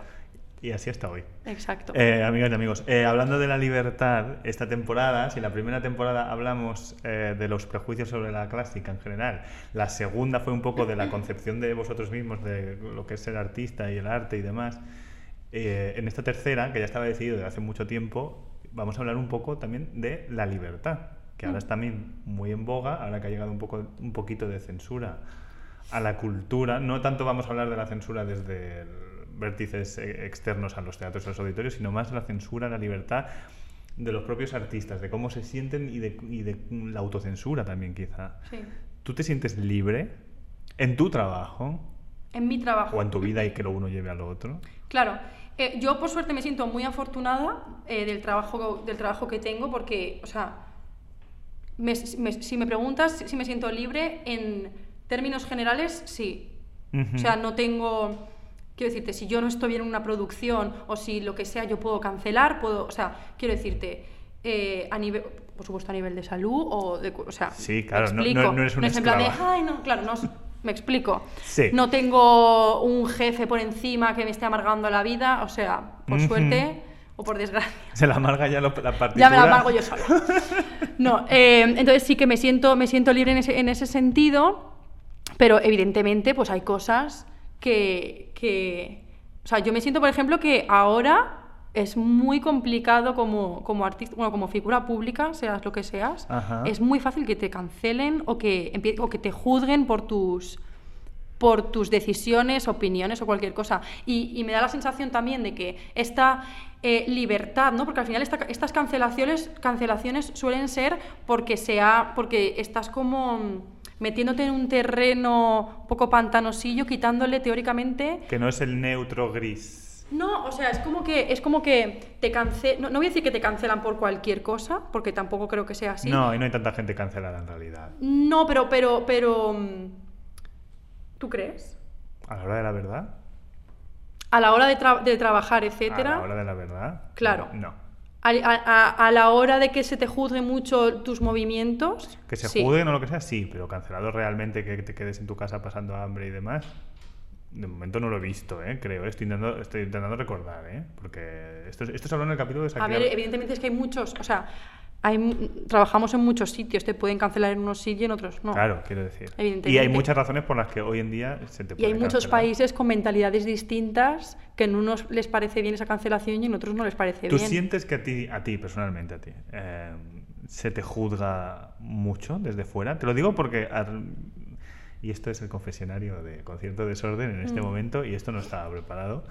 [SPEAKER 2] Y así hasta hoy.
[SPEAKER 3] exacto.
[SPEAKER 2] Eh, amigas y amigos, eh, hablando de la libertad, esta temporada, si en la primera temporada hablamos eh, de los prejuicios sobre la clásica en general, la segunda fue un poco de la concepción de vosotros mismos, de lo que es el artista y el arte y demás, eh, en esta tercera, que ya estaba decidido desde hace mucho tiempo, vamos a hablar un poco también de la libertad, que ahora es también muy en boga, ahora que ha llegado un, poco, un poquito de censura a la cultura. No tanto vamos a hablar de la censura desde el- vértices eh, externos a los teatros y a los auditorios, sino más la censura, la libertad de los propios artistas, de cómo se sienten y de, y de la autocensura también quizá.
[SPEAKER 3] Sí.
[SPEAKER 2] ¿Tú te sientes libre en tu trabajo
[SPEAKER 3] En mi trabajo.
[SPEAKER 2] o en tu vida y que lo uno lleve a lo otro?
[SPEAKER 3] Claro, eh, yo por suerte me siento muy afortunada eh, del, trabajo, del trabajo que tengo porque, o sea, me- me- si me preguntas si me siento libre, en términos generales, sí.
[SPEAKER 2] Ujú.
[SPEAKER 3] O sea, no tengo... Quiero decirte, si yo no estoy en una producción o si lo que sea yo puedo cancelar, puedo... O sea, quiero decirte, eh, a nivel... Por supuesto, a nivel de salud o de... cu- O sea,
[SPEAKER 2] Sí,
[SPEAKER 3] me
[SPEAKER 2] claro, no- no-
[SPEAKER 3] explico.
[SPEAKER 2] no eres una
[SPEAKER 3] es en plan de,
[SPEAKER 2] esclava.
[SPEAKER 3] "Ay, no", claro, no... es- Me explico.
[SPEAKER 2] Sí.
[SPEAKER 3] No tengo un jefe por encima que me esté amargando la vida, o sea, por
[SPEAKER 2] Ujú.
[SPEAKER 3] suerte, O por desgracia.
[SPEAKER 2] Se la amarga ya lo- la partitura.
[SPEAKER 3] Ya me la amargo yo sola. No, eh, entonces sí que me siento, me siento libre en ese, en ese sentido, pero evidentemente pues hay cosas que, que- O sea, yo me siento, por ejemplo, que ahora es muy complicado como, como artista, bueno, como figura pública, seas lo que seas,
[SPEAKER 2] Ajá.
[SPEAKER 3] es muy fácil que te cancelen o que, empie- o que te juzguen por tus por tus decisiones, opiniones o cualquier cosa. Y, y me da la sensación también de que esta eh, libertad, ¿no? Porque al final esta- estas cancelaciones, cancelaciones suelen ser porque sea. porque estás como mm, metiéndote en un terreno un poco pantanosillo, quitándole teóricamente
[SPEAKER 2] Que no es el neutro gris.
[SPEAKER 3] no, o sea, es como que, es como que te cancelan. No, no voy a decir que te cancelan por cualquier cosa, porque tampoco creo que sea así.
[SPEAKER 2] No, y no hay tanta gente cancelada en realidad.
[SPEAKER 3] No, pero, pero, pero. mm, ¿Tú crees?
[SPEAKER 2] A la hora de la verdad.
[SPEAKER 3] A la hora de, tra- de trabajar,
[SPEAKER 2] A
[SPEAKER 3] etcétera.
[SPEAKER 2] la hora de la verdad.
[SPEAKER 3] Claro.
[SPEAKER 2] No.
[SPEAKER 3] A, a- a- a la hora de que se te juzgue mucho tus movimientos.
[SPEAKER 2] Que se
[SPEAKER 3] sí.
[SPEAKER 2] juzguen o lo que sea, sí, pero cancelado realmente que te quedes en tu casa pasando hambre y demás. De momento no lo he visto, ¿eh? creo. Estoy intentando, estoy intentando recordar, ¿eh? porque esto, es- esto es hablando del capítulo de
[SPEAKER 3] A
[SPEAKER 2] Shakira.
[SPEAKER 3] ver, evidentemente es que hay muchos. O sea, hay, mu- trabajamos en muchos sitios. Te pueden cancelar en unos sitios y en otros no.
[SPEAKER 2] Claro, quiero decir. Y hay
[SPEAKER 3] Evidentemente.
[SPEAKER 2] muchas razones por las que hoy en día se te
[SPEAKER 3] Y hay
[SPEAKER 2] puede
[SPEAKER 3] muchos
[SPEAKER 2] cancelar.
[SPEAKER 3] países con mentalidades distintas que en unos les parece bien esa cancelación y en otros no les parece
[SPEAKER 2] ¿Tú
[SPEAKER 3] bien.
[SPEAKER 2] sientes que a ti, a ti personalmente, a ti, eh, se te juzga mucho desde fuera? Te lo digo porque... ar- Y esto es el confesionario de Concierto Desorden en
[SPEAKER 3] Mm.
[SPEAKER 2] este momento y esto no estaba preparado.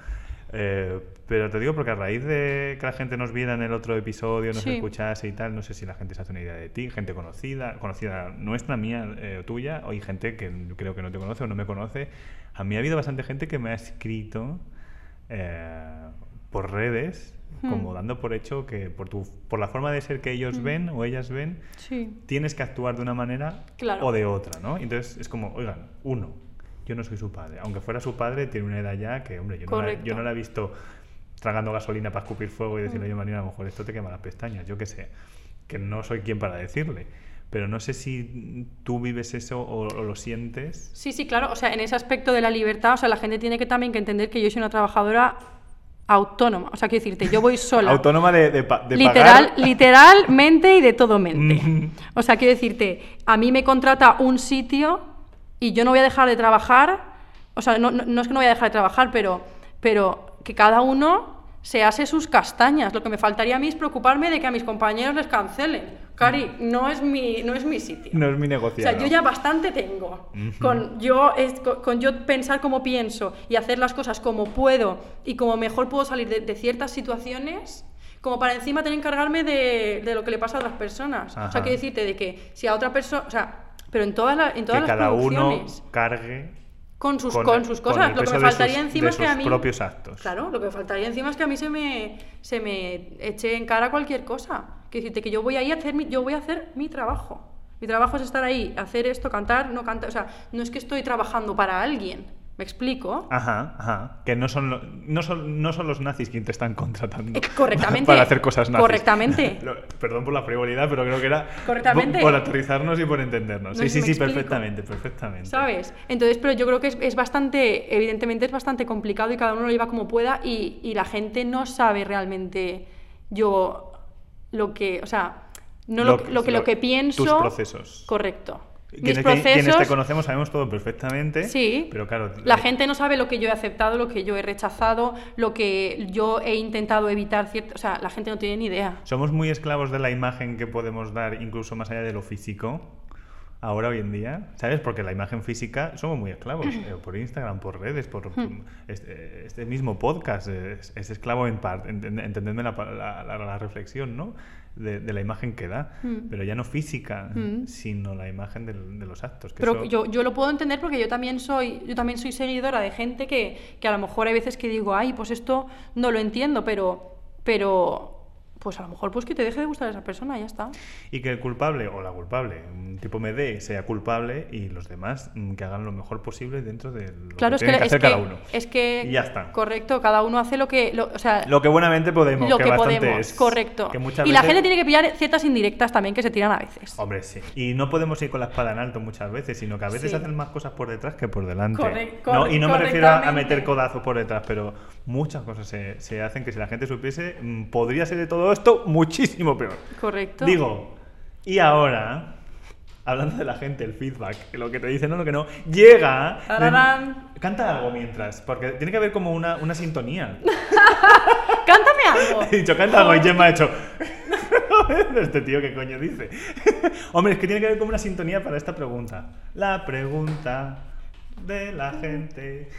[SPEAKER 2] Eh, pero te digo porque a raíz de que la gente nos viera en el otro episodio, nos
[SPEAKER 3] Sí.
[SPEAKER 2] escuchase y tal, no sé si la gente se hace una idea de ti, gente conocida, conocida nuestra, mía, eh, tuya, o hay gente que creo que no te conoce o no me conoce. A mí ha habido bastante gente que me ha escrito eh, por redes,
[SPEAKER 3] Hmm.
[SPEAKER 2] como dando por hecho que por, tu, por la forma de ser que ellos ven o ellas ven,
[SPEAKER 3] Sí.
[SPEAKER 2] tienes que actuar de una manera
[SPEAKER 3] Claro.
[SPEAKER 2] o de otra, ¿no? Entonces es como, oigan, uno, yo no soy su padre. Aunque fuera su padre, tiene una edad ya que, hombre, yo, no la,
[SPEAKER 3] Correcto. Mm.
[SPEAKER 2] yo no la he visto tragando gasolina para escupir fuego y decirle, yo Marina, a lo mejor esto te quema las pestañas, yo qué sé, que no soy quien para decirle. Pero no sé si tú vives eso o, o lo sientes.
[SPEAKER 3] Sí, sí, claro. O sea, en ese aspecto de la libertad, o sea, la gente tiene que también que entender que yo soy una trabajadora autónoma. O sea, quiero decirte, yo voy sola.
[SPEAKER 2] de,
[SPEAKER 3] Literal, literalmente y de todo mente. o sea, quiero decirte, a mí me contrata un sitio y yo no voy a dejar de trabajar. O sea, no, no- no es que no voy a dejar de trabajar, pero, pero que cada uno se hace sus castañas. Lo que me faltaría a mí es preocuparme de que a mis compañeros les cancelen. Cari, no es mi, no es mi sitio.
[SPEAKER 2] No es mi
[SPEAKER 3] O
[SPEAKER 2] negocio.
[SPEAKER 3] sea, yo ya bastante tengo con yo, es- con, con yo pensar como pienso y hacer las cosas como puedo y como mejor puedo salir de, de ciertas situaciones, como para encima tener que encargarme de, de lo que le pasa a otras personas. O
[SPEAKER 2] Ajá.
[SPEAKER 3] sea, quiero decirte de que si a otra persona, o sea, pero en todas, la- en todas
[SPEAKER 2] que
[SPEAKER 3] las
[SPEAKER 2] cada uno
[SPEAKER 3] producciones,
[SPEAKER 2] cargue
[SPEAKER 3] con sus,
[SPEAKER 2] con-
[SPEAKER 3] con, sus
[SPEAKER 2] con
[SPEAKER 3] cosas,
[SPEAKER 2] el
[SPEAKER 3] lo que
[SPEAKER 2] peso
[SPEAKER 3] me
[SPEAKER 2] de sus-
[SPEAKER 3] faltaría encima
[SPEAKER 2] de
[SPEAKER 3] es que a
[SPEAKER 2] sus
[SPEAKER 3] mí...
[SPEAKER 2] propios actos.
[SPEAKER 3] Claro, lo que me faltaría encima es que a mí se me, se me eche en cara cualquier cosa. Que decirte que yo voy ahí a hacer mi, yo voy a hacer mi trabajo. Mi trabajo es estar ahí, hacer esto, cantar, no cantar. O sea, no es que estoy trabajando para alguien. ¿Me explico?
[SPEAKER 2] Ajá, ajá. Que no son, lo- no son, no son los nazis quienes te están contratando.
[SPEAKER 3] Eh, correctamente.
[SPEAKER 2] Para hacer cosas nazis.
[SPEAKER 3] Correctamente.
[SPEAKER 2] Lo- Perdón por la frivolidad, pero creo que era.
[SPEAKER 3] Correctamente.
[SPEAKER 2] po- Por aterrizarnos y por entendernos.
[SPEAKER 3] No
[SPEAKER 2] sí,
[SPEAKER 3] sé si
[SPEAKER 2] sí,
[SPEAKER 3] me
[SPEAKER 2] sí,
[SPEAKER 3] explico.
[SPEAKER 2] perfectamente, perfectamente.
[SPEAKER 3] ¿Sabes? Entonces, pero yo creo que es, es bastante, evidentemente es bastante complicado y cada uno lo lleva como pueda y, y la gente no sabe realmente yo lo que, o sea, no lo,
[SPEAKER 2] Lo
[SPEAKER 3] que-
[SPEAKER 2] que-
[SPEAKER 3] lo que, lo
[SPEAKER 2] lo-
[SPEAKER 3] que pienso.
[SPEAKER 2] tus procesos.
[SPEAKER 3] Correcto. Mis
[SPEAKER 2] Quienes,
[SPEAKER 3] procesos.
[SPEAKER 2] quienes te conocemos sabemos todo perfectamente.
[SPEAKER 3] Sí.
[SPEAKER 2] Pero claro. eh,
[SPEAKER 3] La gente no sabe lo que yo he aceptado, lo que yo he rechazado, lo que yo he intentado evitar, cierto, o sea, la gente no tiene ni idea.
[SPEAKER 2] Somos muy esclavos de la imagen que podemos dar, incluso más allá de lo físico, ahora, hoy en día, ¿sabes? Porque la imagen física somos muy esclavos, eh, por Instagram, por redes,
[SPEAKER 3] Hmm.
[SPEAKER 2] por por este, este mismo podcast, eh, es, es esclavo en parte, enten- entendedme la, pa- la- la- la reflexión, ¿no? De, de la imagen que da,
[SPEAKER 3] Hmm.
[SPEAKER 2] pero ya no física,
[SPEAKER 3] Mm.
[SPEAKER 2] sino la imagen del- de los actos. que
[SPEAKER 3] Pero
[SPEAKER 2] eso-
[SPEAKER 3] yo, yo lo puedo entender porque yo también soy, yo también soy seguidora de gente que, que a lo mejor hay veces que digo, ay, pues esto no lo entiendo, pero, pero pues a lo mejor pues que te deje de gustar esa persona, ya está.
[SPEAKER 2] Y que el culpable o la culpable, un tipo MD, sea culpable y los demás mm, que hagan lo mejor posible dentro de lo que
[SPEAKER 3] Claro, es que,
[SPEAKER 2] tienen que
[SPEAKER 3] es
[SPEAKER 2] hacer
[SPEAKER 3] que-
[SPEAKER 2] cada uno.
[SPEAKER 3] es que-
[SPEAKER 2] Y ya está.
[SPEAKER 3] Correcto, cada uno hace lo que. lo- o sea,
[SPEAKER 2] Lo que buenamente podemos.
[SPEAKER 3] lo que
[SPEAKER 2] bastante
[SPEAKER 3] podemos.
[SPEAKER 2] es.
[SPEAKER 3] Correcto.
[SPEAKER 2] Que muchas
[SPEAKER 3] y la
[SPEAKER 2] veces-
[SPEAKER 3] gente tiene que pillar ciertas indirectas también que se tiran a veces.
[SPEAKER 2] Hombre, sí. Y no podemos ir con la espada en alto muchas veces, sino que a veces
[SPEAKER 3] Sí.
[SPEAKER 2] hacen más cosas por detrás que por delante.
[SPEAKER 3] Corre-
[SPEAKER 2] no, y no me
[SPEAKER 3] correctamente.
[SPEAKER 2] refiero a a meter codazos por detrás, pero muchas cosas se, se hacen que si la gente supiese, mm, podría ser de todo esto muchísimo peor.
[SPEAKER 3] Correcto.
[SPEAKER 2] Digo, y ahora, hablando de la gente, el feedback, lo que te dicen, no, lo que no, llega.
[SPEAKER 3] Tararán.
[SPEAKER 2] Canta algo mientras, porque tiene que haber como una, una sintonía.
[SPEAKER 3] Cántame algo.
[SPEAKER 2] He dicho, canta algo y Gemma ha hecho. este tío, ¿qué coño dice? Hombre, es que tiene que haber como una sintonía para esta pregunta. La pregunta de la gente.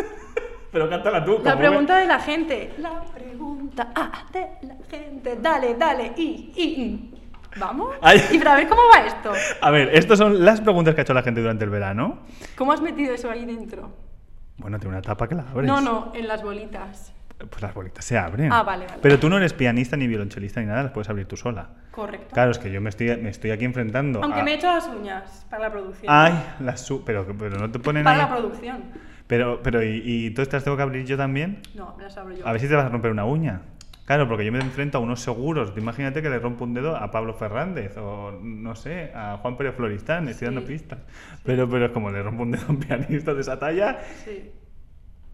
[SPEAKER 2] Pero cántala tú.
[SPEAKER 3] La
[SPEAKER 2] como
[SPEAKER 3] pregunta de la gente. La pregunta ah, de la gente. Dale, dale. Y, y, y. ¿Vamos?
[SPEAKER 2] Ay.
[SPEAKER 3] Y para ver cómo va esto.
[SPEAKER 2] ve- A ver, estas son las preguntas que ha hecho la gente durante el verano.
[SPEAKER 3] ¿Cómo has metido eso ahí dentro?
[SPEAKER 2] Bueno, tiene una tapa que la abres.
[SPEAKER 3] No, no, en las bolitas.
[SPEAKER 2] Pues las bolitas se abren.
[SPEAKER 3] Ah, vale, vale.
[SPEAKER 2] Pero tú no eres pianista ni violonchelista ni nada, las puedes abrir tú sola.
[SPEAKER 3] Correcto.
[SPEAKER 2] Claro, es que yo me estoy, me estoy aquí enfrentando.
[SPEAKER 3] Aunque
[SPEAKER 2] a-
[SPEAKER 3] me he hecho las uñas para la producción.
[SPEAKER 2] Ay, las su... pero, pero no te ponen
[SPEAKER 3] para
[SPEAKER 2] ahí.
[SPEAKER 3] la producción.
[SPEAKER 2] Pero, pero ¿y, y tú estas tengo que abrir yo también?
[SPEAKER 3] No, me las abro yo.
[SPEAKER 2] A ver si te vas a romper una uña. Claro, porque yo me enfrento a unos seguros. Tú Imagínate que le rompo un dedo a Pablo Fernández o, no sé, a Juan Pérez Floristán. Estoy dando
[SPEAKER 3] Sí.
[SPEAKER 2] pistas. Pero, pero es como le rompo un dedo a un pianista de esa talla.
[SPEAKER 3] Sí.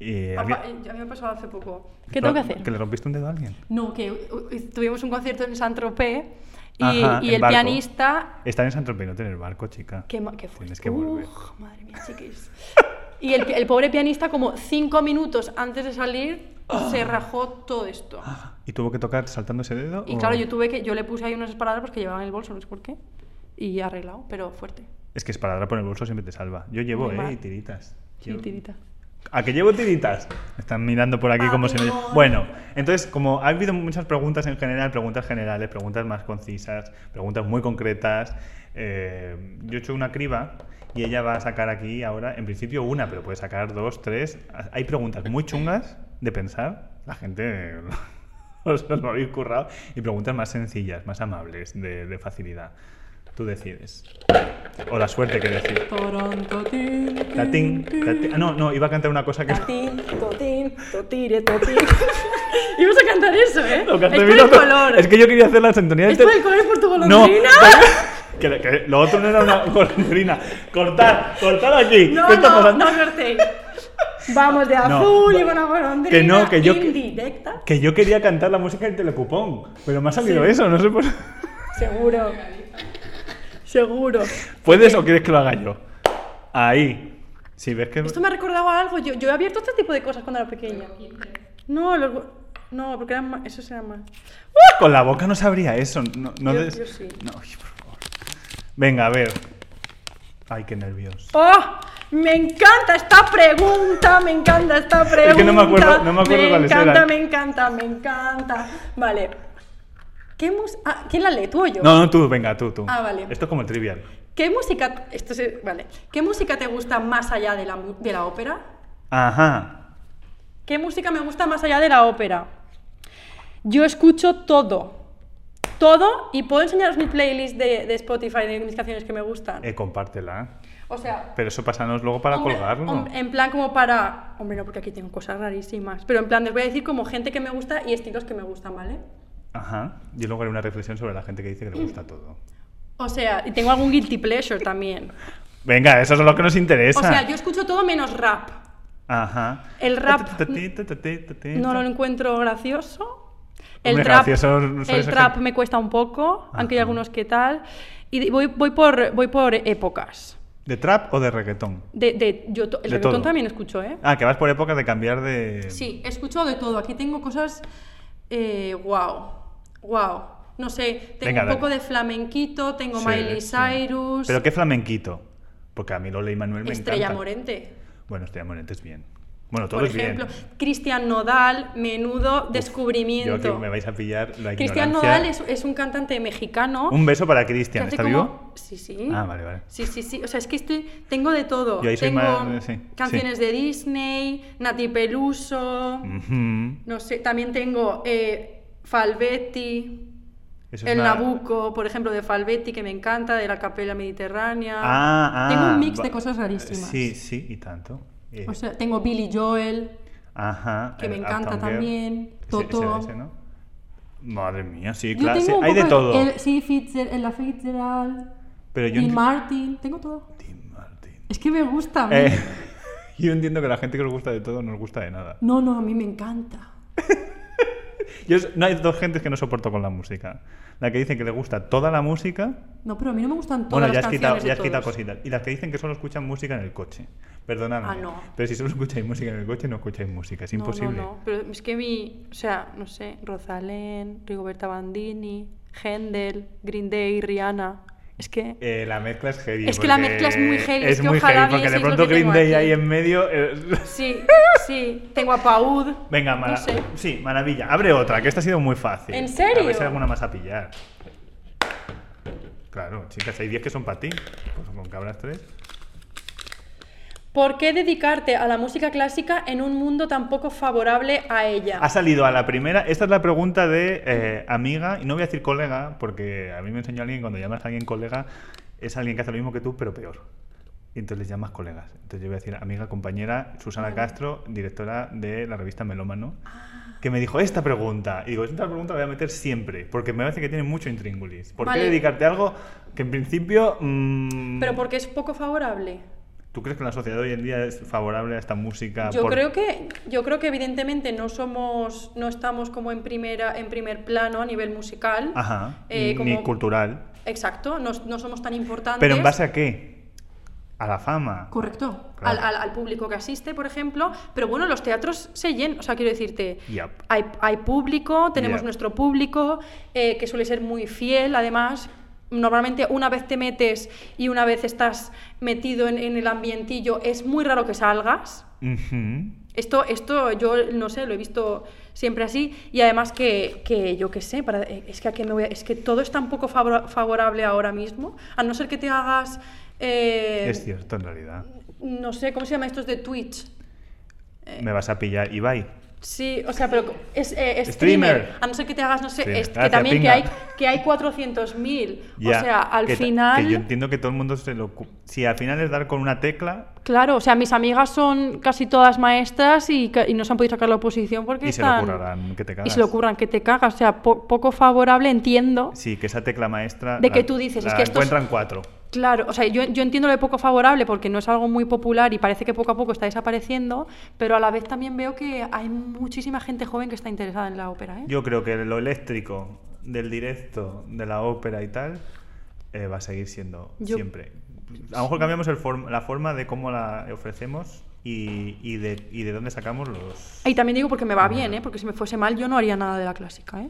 [SPEAKER 2] Y
[SPEAKER 3] Papá,
[SPEAKER 2] había-
[SPEAKER 3] eh, a mí me ha pasado hace poco. ¿Qué tengo que hacer?
[SPEAKER 2] ¿Que le rompiste un dedo a alguien?
[SPEAKER 3] No, que uh, uh, tuvimos un concierto en Saint-Tropez y,
[SPEAKER 2] Ajá,
[SPEAKER 3] y
[SPEAKER 2] en
[SPEAKER 3] el
[SPEAKER 2] barco.
[SPEAKER 3] pianista.
[SPEAKER 2] Está en San Tropez, no tener barco, chica.
[SPEAKER 3] Que, ma- que fue-
[SPEAKER 2] Tienes que volver.
[SPEAKER 3] Uj, madre mía, chiquis. Y el, pi- el pobre pianista, como cinco minutos antes de salir,
[SPEAKER 2] Ah.
[SPEAKER 3] se rajó todo esto.
[SPEAKER 2] ¿Y tuvo que tocar saltando ese dedo?
[SPEAKER 3] Y
[SPEAKER 2] o-
[SPEAKER 3] claro, yo tuve que. Yo le puse ahí unas esparadrapas porque llevaba en el bolso, no sé por qué. Y arreglado, pero fuerte.
[SPEAKER 2] Es que espaladra por el bolso siempre te salva. Yo llevo,
[SPEAKER 3] Muy
[SPEAKER 2] ¿eh?
[SPEAKER 3] mal.
[SPEAKER 2] Y tiritas.
[SPEAKER 3] Sí,
[SPEAKER 2] Yo-
[SPEAKER 3] tirita.
[SPEAKER 2] ¿A que llevo tiritas? Me Están mirando por aquí
[SPEAKER 3] Ah,
[SPEAKER 2] como si no...
[SPEAKER 3] no.
[SPEAKER 2] Bueno, entonces, como ha habido muchas preguntas en general, preguntas generales, preguntas más concisas, preguntas muy concretas, eh, yo he hecho una criba y ella va a sacar aquí ahora, en principio una, pero puede sacar dos, tres. Hay preguntas muy chungas de pensar, la gente os lo habéis currado, y preguntas más sencillas, más amables, de, de facilidad. Tú decides. O la suerte que decir. Tatín, tatín. Ah, no, no, iba a cantar una cosa que... no.
[SPEAKER 3] Totín, totín, totire, totín. Ibas a cantar eso, ¿eh?
[SPEAKER 2] Lo que has
[SPEAKER 3] es por el
[SPEAKER 2] terminado-
[SPEAKER 3] color.
[SPEAKER 2] Es que yo quería hacer la sintonía del
[SPEAKER 3] Es por
[SPEAKER 2] tel-
[SPEAKER 3] el color, es por tu
[SPEAKER 2] No,
[SPEAKER 3] golondrina.
[SPEAKER 2] que, que lo otro no era una golondrina. Cortar, cortar aquí.
[SPEAKER 3] No,
[SPEAKER 2] ¿Qué está
[SPEAKER 3] no,
[SPEAKER 2] pasando?
[SPEAKER 3] no cortéis. Vamos de
[SPEAKER 2] No.
[SPEAKER 3] azul y una golondrina.
[SPEAKER 2] Que no, que yo-
[SPEAKER 3] Indirecta,
[SPEAKER 2] Que yo quería cantar la música del telecupón, pero me ha salido eso, no sé por
[SPEAKER 3] seguro. Seguro.
[SPEAKER 2] ¿Puedes o quieres que lo haga yo? Ahí. Si ves que.
[SPEAKER 3] Esto me ha recordado a algo. Yo, yo he abierto este tipo de cosas cuando era pequeña. No, los go- no, porque eran más, esos eran más.
[SPEAKER 2] ¡Uh! Con la boca no sabría eso. No, no
[SPEAKER 3] Yo-
[SPEAKER 2] des-
[SPEAKER 3] yo sí.
[SPEAKER 2] No, ay, por favor. Venga, a ver. Ay, qué nervios.
[SPEAKER 3] ¡Oh! Me encanta esta pregunta, me encanta esta pregunta.
[SPEAKER 2] Es que no me acuerdo- no me acuerdo cuáles
[SPEAKER 3] encanta,
[SPEAKER 2] eran.
[SPEAKER 3] Me encanta, me encanta. Vale. ¿Qué mus- ah, ¿Quién la lee? ¿Tú o yo?
[SPEAKER 2] No, no, tú, venga, tú, tú.
[SPEAKER 3] Ah, vale.
[SPEAKER 2] Esto es como el trivial.
[SPEAKER 3] ¿Qué música, esto se- vale. ¿Qué música te gusta más allá de la, mu- de la ópera?
[SPEAKER 2] Ajá.
[SPEAKER 3] ¿Qué música me gusta más allá de la ópera? Yo escucho todo. Todo y puedo enseñaros mi playlist de, de Spotify de mis canciones que me gustan.
[SPEAKER 2] Eh, compártela.
[SPEAKER 3] O sea,
[SPEAKER 2] Pero eso pásanos luego para
[SPEAKER 3] hombre, em-
[SPEAKER 2] colgarlo.
[SPEAKER 3] hom- en plan como para... Hombre, no, porque aquí tengo cosas rarísimas. Pero en plan, les voy a decir como gente que me gusta y estilos que me gustan, ¿vale?
[SPEAKER 2] Ajá. Yo luego haré una reflexión sobre la gente que dice que le gusta todo.
[SPEAKER 3] O sea, y tengo algún guilty pleasure también.
[SPEAKER 2] Venga, eso es lo que nos interesa.
[SPEAKER 3] O sea, yo escucho todo menos rap.
[SPEAKER 2] Ajá.
[SPEAKER 3] el rap- No lo encuentro gracioso. El
[SPEAKER 2] Hombre,
[SPEAKER 3] trap,
[SPEAKER 2] gracioso no soy
[SPEAKER 3] el
[SPEAKER 2] esa
[SPEAKER 3] trap
[SPEAKER 2] gente.
[SPEAKER 3] me cuesta un poco, aunque hay
[SPEAKER 2] Ajá.
[SPEAKER 3] algunos que tal. Y de- voy, voy, por, voy por épocas.
[SPEAKER 2] ¿De trap o de reggaetón?
[SPEAKER 3] De, de- yo to- el
[SPEAKER 2] De
[SPEAKER 3] reggaetón
[SPEAKER 2] todo.
[SPEAKER 3] también escucho, ¿eh?
[SPEAKER 2] Ah, que vas por épocas de cambiar de...
[SPEAKER 3] Sí, escucho de todo. Aquí tengo cosas. Eh, wow. Wow. No sé, tengo
[SPEAKER 2] Venga,
[SPEAKER 3] un
[SPEAKER 2] dale.
[SPEAKER 3] poco de flamenquito, tengo
[SPEAKER 2] Sí,
[SPEAKER 3] Miley
[SPEAKER 2] sí.
[SPEAKER 3] Cyrus,
[SPEAKER 2] ¿Pero qué flamenquito? Porque a mí Lola y Manuel me
[SPEAKER 3] Estrella
[SPEAKER 2] encanta.
[SPEAKER 3] Morente.
[SPEAKER 2] Bueno, Estrella Morente es bien. Bueno, todo
[SPEAKER 3] por
[SPEAKER 2] es
[SPEAKER 3] ejemplo,
[SPEAKER 2] bien.
[SPEAKER 3] Cristian Nodal, menudo descubrimiento.
[SPEAKER 2] Yo que me vais a pillar la
[SPEAKER 3] Cristian
[SPEAKER 2] ignorancia.
[SPEAKER 3] Nodal es, es un cantante mexicano.
[SPEAKER 2] Un beso para
[SPEAKER 3] que
[SPEAKER 2] Cristian,
[SPEAKER 3] hace
[SPEAKER 2] ¿está
[SPEAKER 3] como-
[SPEAKER 2] vivo?
[SPEAKER 3] Sí, sí.
[SPEAKER 2] Ah, vale, vale.
[SPEAKER 3] Sí, sí, sí. O sea, es que estoy, tengo de todo.
[SPEAKER 2] Yo ahí soy
[SPEAKER 3] tengo
[SPEAKER 2] más- eh, sí,
[SPEAKER 3] canciones de Disney, Nati Peluso.
[SPEAKER 2] Ujú.
[SPEAKER 3] No sé, también tengo eh, Falbetti,
[SPEAKER 2] Eso es
[SPEAKER 3] el
[SPEAKER 2] una-
[SPEAKER 3] Nabucco, por ejemplo, de Falbetti, que me encanta, de la Capella Mediterránea.
[SPEAKER 2] Ah, ah,
[SPEAKER 3] tengo un mix
[SPEAKER 2] va-
[SPEAKER 3] de cosas rarísimas.
[SPEAKER 2] Sí, sí, y tanto. Eh,
[SPEAKER 3] O sea, tengo Billy Joel,
[SPEAKER 2] ajá,
[SPEAKER 3] que me
[SPEAKER 2] el
[SPEAKER 3] encanta
[SPEAKER 2] Uptown Girl.
[SPEAKER 3] también,
[SPEAKER 2] Ese- ese-
[SPEAKER 3] Totó.
[SPEAKER 2] ese, ¿no? Madre mía, sí,
[SPEAKER 3] Yo
[SPEAKER 2] claro, sí,
[SPEAKER 3] tengo un
[SPEAKER 2] hay de
[SPEAKER 3] poco
[SPEAKER 2] todo.
[SPEAKER 3] el- sí, Fitzgerald, el la Fitzgerald,
[SPEAKER 2] Pero yo
[SPEAKER 3] y
[SPEAKER 2] enti-
[SPEAKER 3] Martin, tengo todo.
[SPEAKER 2] Dean Martin.
[SPEAKER 3] Es que me gusta. a mí.
[SPEAKER 2] Eh, yo entiendo que la gente que nos gusta de todo no nos gusta de nada.
[SPEAKER 3] No, no, a mí me encanta.
[SPEAKER 2] Yo, no hay dos gentes que no soporto con la música. La que dice que le gusta toda la música
[SPEAKER 3] No, pero a mí no me gustan todas
[SPEAKER 2] Bueno, ya
[SPEAKER 3] las
[SPEAKER 2] has,
[SPEAKER 3] canciones
[SPEAKER 2] quitado,
[SPEAKER 3] de
[SPEAKER 2] ya has quitado
[SPEAKER 3] todos.
[SPEAKER 2] cositas. Y las que dicen que solo escuchan música en el coche. Perdóname.
[SPEAKER 3] Ah, no.
[SPEAKER 2] Pero si solo escucháis música en el coche, no escucháis música. Es imposible.
[SPEAKER 3] No, no, no, pero es que mi, o sea, no sé, Rosalén, Rigoberta Bandini, Händel, Green Day, Rihanna. Es que
[SPEAKER 2] Eh, la mezcla es heavy.
[SPEAKER 3] Es que la
[SPEAKER 2] porque
[SPEAKER 3] mezcla es muy heavy, es que
[SPEAKER 2] muy
[SPEAKER 3] ojalá
[SPEAKER 2] heavy porque de
[SPEAKER 3] vieseis lo
[SPEAKER 2] pronto
[SPEAKER 3] que
[SPEAKER 2] Green
[SPEAKER 3] tengo
[SPEAKER 2] Day
[SPEAKER 3] aquí.
[SPEAKER 2] ahí en medio. eh,
[SPEAKER 3] sí, sí, tengo a Paud.
[SPEAKER 2] Venga,
[SPEAKER 3] no
[SPEAKER 2] mara-
[SPEAKER 3] sé.
[SPEAKER 2] sí, maravilla. Abre otra, que esta ha sido muy fácil.
[SPEAKER 3] ¿En serio?
[SPEAKER 2] A ver si hay alguna más a pillar. Claro, chicas, hay 10 que son para ti. Pues con cabras 3.
[SPEAKER 3] ¿Por qué dedicarte a la música clásica en un mundo tan poco favorable a ella?
[SPEAKER 2] Ha salido a la primera. Esta es la pregunta de eh, amiga, y no voy a decir colega, porque a mí me enseñó alguien cuando llamas a alguien colega, es alguien que hace lo mismo que tú, pero peor. Y entonces les llamas colegas. Entonces yo voy a decir amiga, compañera, Susana Castro, directora de la revista Melómano,
[SPEAKER 3] Ah.
[SPEAKER 2] que me dijo esta pregunta. Y digo, esta pregunta la voy a meter siempre, porque me parece que tiene mucho intríngulis. ¿Por
[SPEAKER 3] Vale.
[SPEAKER 2] qué dedicarte a algo que en principio. mm,
[SPEAKER 3] Pero porque es poco favorable.
[SPEAKER 2] ¿Tú crees que la sociedad hoy en día es favorable a esta música?
[SPEAKER 3] Yo
[SPEAKER 2] por-
[SPEAKER 3] creo que yo creo que evidentemente no somos no estamos como en primera en primer plano a nivel musical.
[SPEAKER 2] Ajá.
[SPEAKER 3] eh,
[SPEAKER 2] Ni
[SPEAKER 3] como-
[SPEAKER 2] cultural.
[SPEAKER 3] Exacto, no, no somos tan importantes.
[SPEAKER 2] ¿Pero en base a qué? A la fama.
[SPEAKER 3] Correcto.
[SPEAKER 2] Claro.
[SPEAKER 3] Al, al- al público que asiste, por ejemplo. Pero bueno, los teatros se llenan. O sea, quiero decirte,
[SPEAKER 2] Yup.
[SPEAKER 3] hay, hay público, tenemos
[SPEAKER 2] Yup.
[SPEAKER 3] nuestro público, eh, que suele ser muy fiel, además. Normalmente una vez te metes y una vez estás metido en, en el ambientillo, es muy raro que salgas.
[SPEAKER 2] Ujú.
[SPEAKER 3] Esto, esto yo no sé, lo he visto siempre así. Y además que, que yo qué sé, para, eh, es, que a qué me voy a- es que todo es tan poco favor- favorable ahora mismo, a no ser que te hagas... eh,
[SPEAKER 2] Es cierto, en realidad.
[SPEAKER 3] no sé, ¿cómo se llama estos de Twitch? eh,
[SPEAKER 2] Me vas a pillar, Ibai.
[SPEAKER 3] Sí, o sea, pero es eh,
[SPEAKER 2] Streamer.
[SPEAKER 3] streamer. A no ser que te hagas, no sé,
[SPEAKER 2] Streamer.
[SPEAKER 3] es- que
[SPEAKER 2] Gracias,
[SPEAKER 3] también que
[SPEAKER 2] pinga.
[SPEAKER 3] hay, que hay 400.000.
[SPEAKER 2] Ya,
[SPEAKER 3] o sea, al
[SPEAKER 2] que ta-
[SPEAKER 3] final...
[SPEAKER 2] Que yo entiendo que todo el mundo se lo. cu- Si al final es dar con una tecla
[SPEAKER 3] Claro, o sea, mis amigas son casi todas maestras y, ca- y no se han podido sacar la oposición porque
[SPEAKER 2] y se lo
[SPEAKER 3] están...
[SPEAKER 2] currarán, que te cagas.
[SPEAKER 3] Y se lo curran, que te cagas. O sea, po- poco favorable, entiendo.
[SPEAKER 2] Sí, que esa tecla maestra.
[SPEAKER 3] De que tú dices,
[SPEAKER 2] la
[SPEAKER 3] es que esto es-
[SPEAKER 2] encuentran cuatro.
[SPEAKER 3] Claro, o sea, yo, yo entiendo lo de poco favorable porque no es algo muy popular y parece que poco a poco está desapareciendo, pero a la vez también veo que hay muchísima gente joven que está interesada en la ópera, ¿eh?
[SPEAKER 2] Yo creo que lo eléctrico del directo, de la ópera y tal, eh, va a seguir siendo
[SPEAKER 3] Yo-
[SPEAKER 2] siempre. A lo mejor cambiamos el form- la forma de cómo la ofrecemos y, y de, y de dónde sacamos los.
[SPEAKER 3] Y también digo porque me
[SPEAKER 2] Ah.
[SPEAKER 3] va bien, ¿eh? Porque si me fuese mal yo no haría nada de la clásica, ¿eh?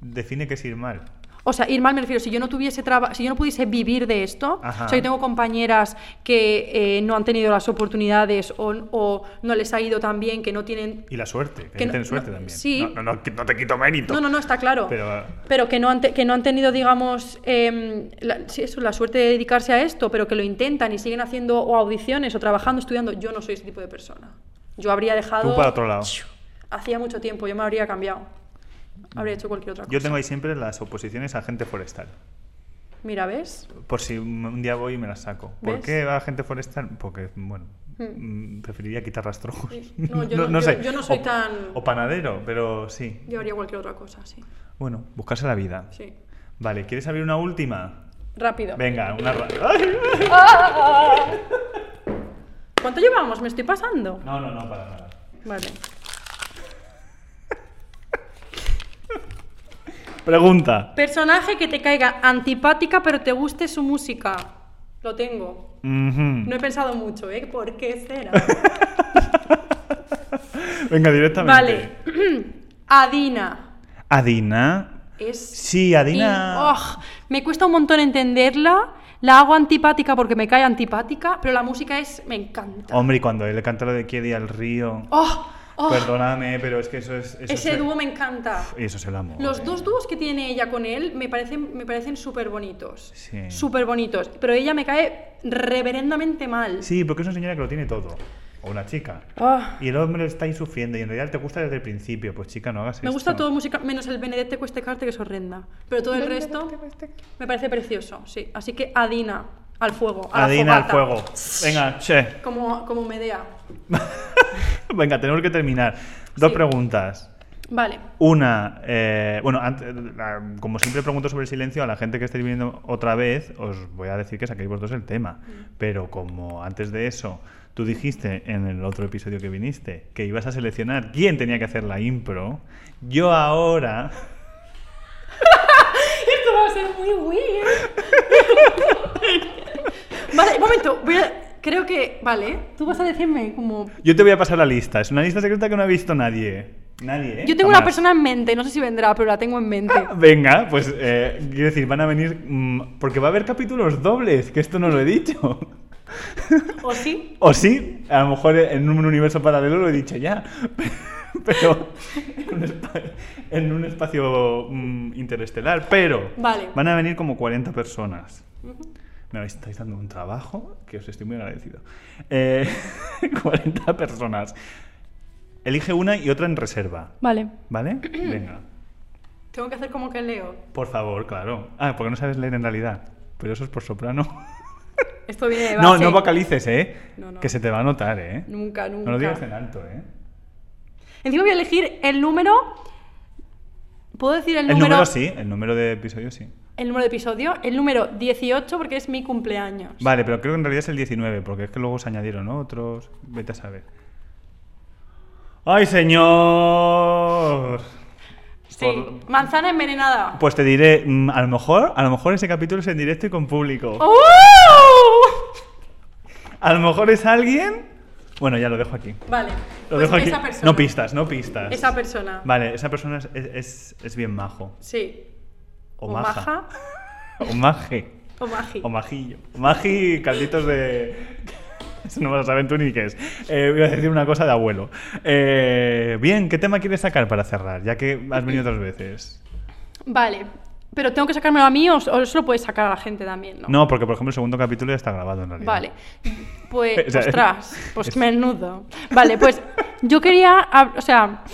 [SPEAKER 2] Define que es ir mal.
[SPEAKER 3] O sea, ir mal me refiero, si yo no tuviese traba- si yo no pudiese vivir de esto,
[SPEAKER 2] Ajá.
[SPEAKER 3] o sea, yo tengo compañeras que eh, no han tenido las oportunidades o, o no les ha ido tan bien, que no tienen...
[SPEAKER 2] Y la suerte, que,
[SPEAKER 3] Que no-
[SPEAKER 2] tienen suerte
[SPEAKER 3] no-
[SPEAKER 2] también.
[SPEAKER 3] sí.
[SPEAKER 2] No, no, no, que no te quito mérito.
[SPEAKER 3] No, no, no, está claro.
[SPEAKER 2] Pero-
[SPEAKER 3] Pero que no han, te- que no han tenido, digamos, em, la, sí, eso, la suerte de dedicarse a esto, pero que lo intentan y siguen haciendo o audiciones o trabajando, estudiando. Yo no soy ese tipo de persona. Yo habría dejado...
[SPEAKER 2] Tú para otro lado.
[SPEAKER 3] Hacía mucho tiempo, yo me habría cambiado. Habría hecho cualquier otra cosa.
[SPEAKER 2] Yo tengo ahí siempre las oposiciones a gente forestal.
[SPEAKER 3] Mira, ¿ves?
[SPEAKER 2] Por si un un día voy y me las saco. ¿Por
[SPEAKER 3] ¿Ves? Hmm.
[SPEAKER 2] qué va gente forestal? Porque, bueno, mm, preferiría quitar rastrojos.
[SPEAKER 3] No, yo no- yo- yo no soy
[SPEAKER 2] O-
[SPEAKER 3] tan-
[SPEAKER 2] O panadero, pero sí.
[SPEAKER 3] Yo haría cualquier otra cosa, sí.
[SPEAKER 2] Bueno, buscarse la vida.
[SPEAKER 3] Sí.
[SPEAKER 2] Vale, ¿quieres abrir una última?
[SPEAKER 3] Rápido.
[SPEAKER 2] Venga, una... ra-
[SPEAKER 3] Ah.
[SPEAKER 2] ¡Ay!
[SPEAKER 3] ¿Cuánto llevamos? ¿Me estoy pasando?
[SPEAKER 2] No, no, no, para nada.
[SPEAKER 3] Vale.
[SPEAKER 2] Pregunta.
[SPEAKER 3] Personaje que te caiga antipática pero te guste su música. Lo tengo.
[SPEAKER 2] Ujú.
[SPEAKER 3] No he pensado mucho, ¿eh? ¿Por qué será?
[SPEAKER 2] Venga, directamente.
[SPEAKER 3] vale. Adina.
[SPEAKER 2] Adina.
[SPEAKER 3] Es...
[SPEAKER 2] Sí, Adina.
[SPEAKER 3] Y- ¡Oh! me cuesta un montón entenderla. La hago antipática porque me cae antipática, pero la música es... Me encanta.
[SPEAKER 2] Hombre, y cuando él canta lo de qué día al río.
[SPEAKER 3] ¡Oh! ¡Oh!
[SPEAKER 2] Perdóname, pero es que eso es. Eso
[SPEAKER 3] Ese
[SPEAKER 2] es-
[SPEAKER 3] dúo me encanta.
[SPEAKER 2] Y eso es el amor.
[SPEAKER 3] Los
[SPEAKER 2] eh.
[SPEAKER 3] dos dúos que tiene ella con él me parecen, me parecen súper bonitos.
[SPEAKER 2] Sí.
[SPEAKER 3] Súper bonitos. Pero ella me cae reverendamente mal.
[SPEAKER 2] Sí, porque es una señora que lo tiene todo. o una chica.
[SPEAKER 3] Ah.
[SPEAKER 2] Y el hombre está ahí sufriendo y en realidad te gusta desde el principio, pues chica, no hagas eso.
[SPEAKER 3] Me gusta todo música, menos el Benedette Cueste Carte, que es horrenda. Pero todo el resto me parece precioso, sí. Así que Adina, al fuego. A la
[SPEAKER 2] Adina al
[SPEAKER 3] fogata.
[SPEAKER 2] fuego. Venga, che.
[SPEAKER 3] Como, como Medea.
[SPEAKER 2] Venga, tenemos que terminar. Dos
[SPEAKER 3] Sí.
[SPEAKER 2] preguntas.
[SPEAKER 3] Vale.
[SPEAKER 2] Una, eh, bueno, antes- la- como siempre pregunto sobre el silencio, a la gente que estéis viendo otra vez, os voy a decir que saquéis vosotros el tema.
[SPEAKER 3] Mm.
[SPEAKER 2] Pero como antes de eso, tú dijiste en el otro episodio que viniste que ibas a seleccionar quién tenía que hacer la impro, yo ahora
[SPEAKER 3] Esto va a ser muy weird. vale, un momento. voy a- Creo que. Vale, tú vas a decirme como.
[SPEAKER 2] Yo te voy a pasar la lista. Es una lista secreta que no ha visto nadie. Nadie, ¿eh?
[SPEAKER 3] Yo tengo
[SPEAKER 2] Jamás.
[SPEAKER 3] una persona en mente, no sé si vendrá, pero la tengo en mente.
[SPEAKER 2] Venga, pues eh, quiero decir, van a venir. mm, porque va a haber capítulos dobles, que esto no lo he dicho.
[SPEAKER 3] ¿O sí?
[SPEAKER 2] O sí, a lo mejor en un universo paralelo lo he dicho ya. Pero. en un espa- en un espacio mm, interestelar. Pero.
[SPEAKER 3] Vale.
[SPEAKER 2] Van a venir como 40 personas. Me estáis dando un trabajo que os estoy muy agradecido. Eh, 40 personas. Elige una y otra en reserva.
[SPEAKER 3] Vale.
[SPEAKER 2] ¿Vale? Venga.
[SPEAKER 3] Tengo que hacer como que leo.
[SPEAKER 2] Por favor, claro. Ah, porque no sabes leer en realidad. Pero eso es por soprano.
[SPEAKER 3] Esto viene de
[SPEAKER 2] No,
[SPEAKER 3] base.
[SPEAKER 2] no vocalices, ¿eh?
[SPEAKER 3] No, no.
[SPEAKER 2] Que se te va a notar, ¿eh?
[SPEAKER 3] Nunca, nunca.
[SPEAKER 2] No lo digas en alto, ¿eh?
[SPEAKER 3] Encima voy a elegir el número. ¿Puedo decir el
[SPEAKER 2] El
[SPEAKER 3] número?
[SPEAKER 2] número, sí, el número de episodio sí.
[SPEAKER 3] El número de episodio. El número 18 porque es mi cumpleaños.
[SPEAKER 2] Vale, pero creo que en realidad es el 19, porque es que luego se añadieron otros. Vete a saber. ¡Ay, señor!
[SPEAKER 3] Sí.
[SPEAKER 2] Por-
[SPEAKER 3] Manzana envenenada.
[SPEAKER 2] Pues te diré, mm, a lo mejor, a lo mejor ese capítulo es en directo y con público.
[SPEAKER 3] ¡Oh!
[SPEAKER 2] A lo mejor es alguien. Bueno, ya lo dejo aquí.
[SPEAKER 3] Vale.
[SPEAKER 2] Lo
[SPEAKER 3] pues
[SPEAKER 2] dejo aquí.
[SPEAKER 3] esa persona.
[SPEAKER 2] No pistas, no pistas.
[SPEAKER 3] Esa persona.
[SPEAKER 2] Vale, esa persona es, es- es bien majo.
[SPEAKER 3] Sí.
[SPEAKER 2] O,
[SPEAKER 3] O
[SPEAKER 2] maja.
[SPEAKER 3] maja.
[SPEAKER 2] O maje.
[SPEAKER 3] O magi.
[SPEAKER 2] O majillo. Magi, calditos de. Eso no me lo saben tú ni qué es. Eh, voy a decir una cosa de abuelo. Eh, bien, ¿qué tema quieres sacar para cerrar? Ya que has venido dos veces.
[SPEAKER 3] Vale. Pero tengo que sacármelo a mí o, o eso lo puedes sacar a la gente también, ¿no?
[SPEAKER 2] No, porque por ejemplo el segundo capítulo ya está grabado en realidad.
[SPEAKER 3] Vale. Pues,
[SPEAKER 2] O sea,
[SPEAKER 3] ostras, pues
[SPEAKER 2] es-
[SPEAKER 3] menudo. Vale, pues yo quería, hab- o sea,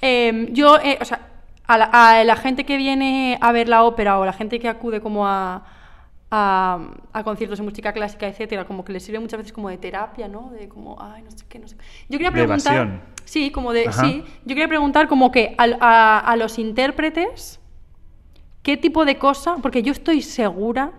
[SPEAKER 3] em, yo, eh, o sea, a la, a la gente que viene a ver la ópera o la gente que acude como a, a, a conciertos de música clásica, etcétera, como que les sirve muchas veces como de terapia, ¿no? De como, ay, no sé qué, no sé qué. Yo quería
[SPEAKER 2] De
[SPEAKER 3] preguntar...
[SPEAKER 2] evasión.
[SPEAKER 3] sí, como de,
[SPEAKER 2] Ajá.
[SPEAKER 3] sí. Yo quería preguntar como que al- a, a los intérpretes... ¿Qué tipo de cosa? Porque yo estoy segura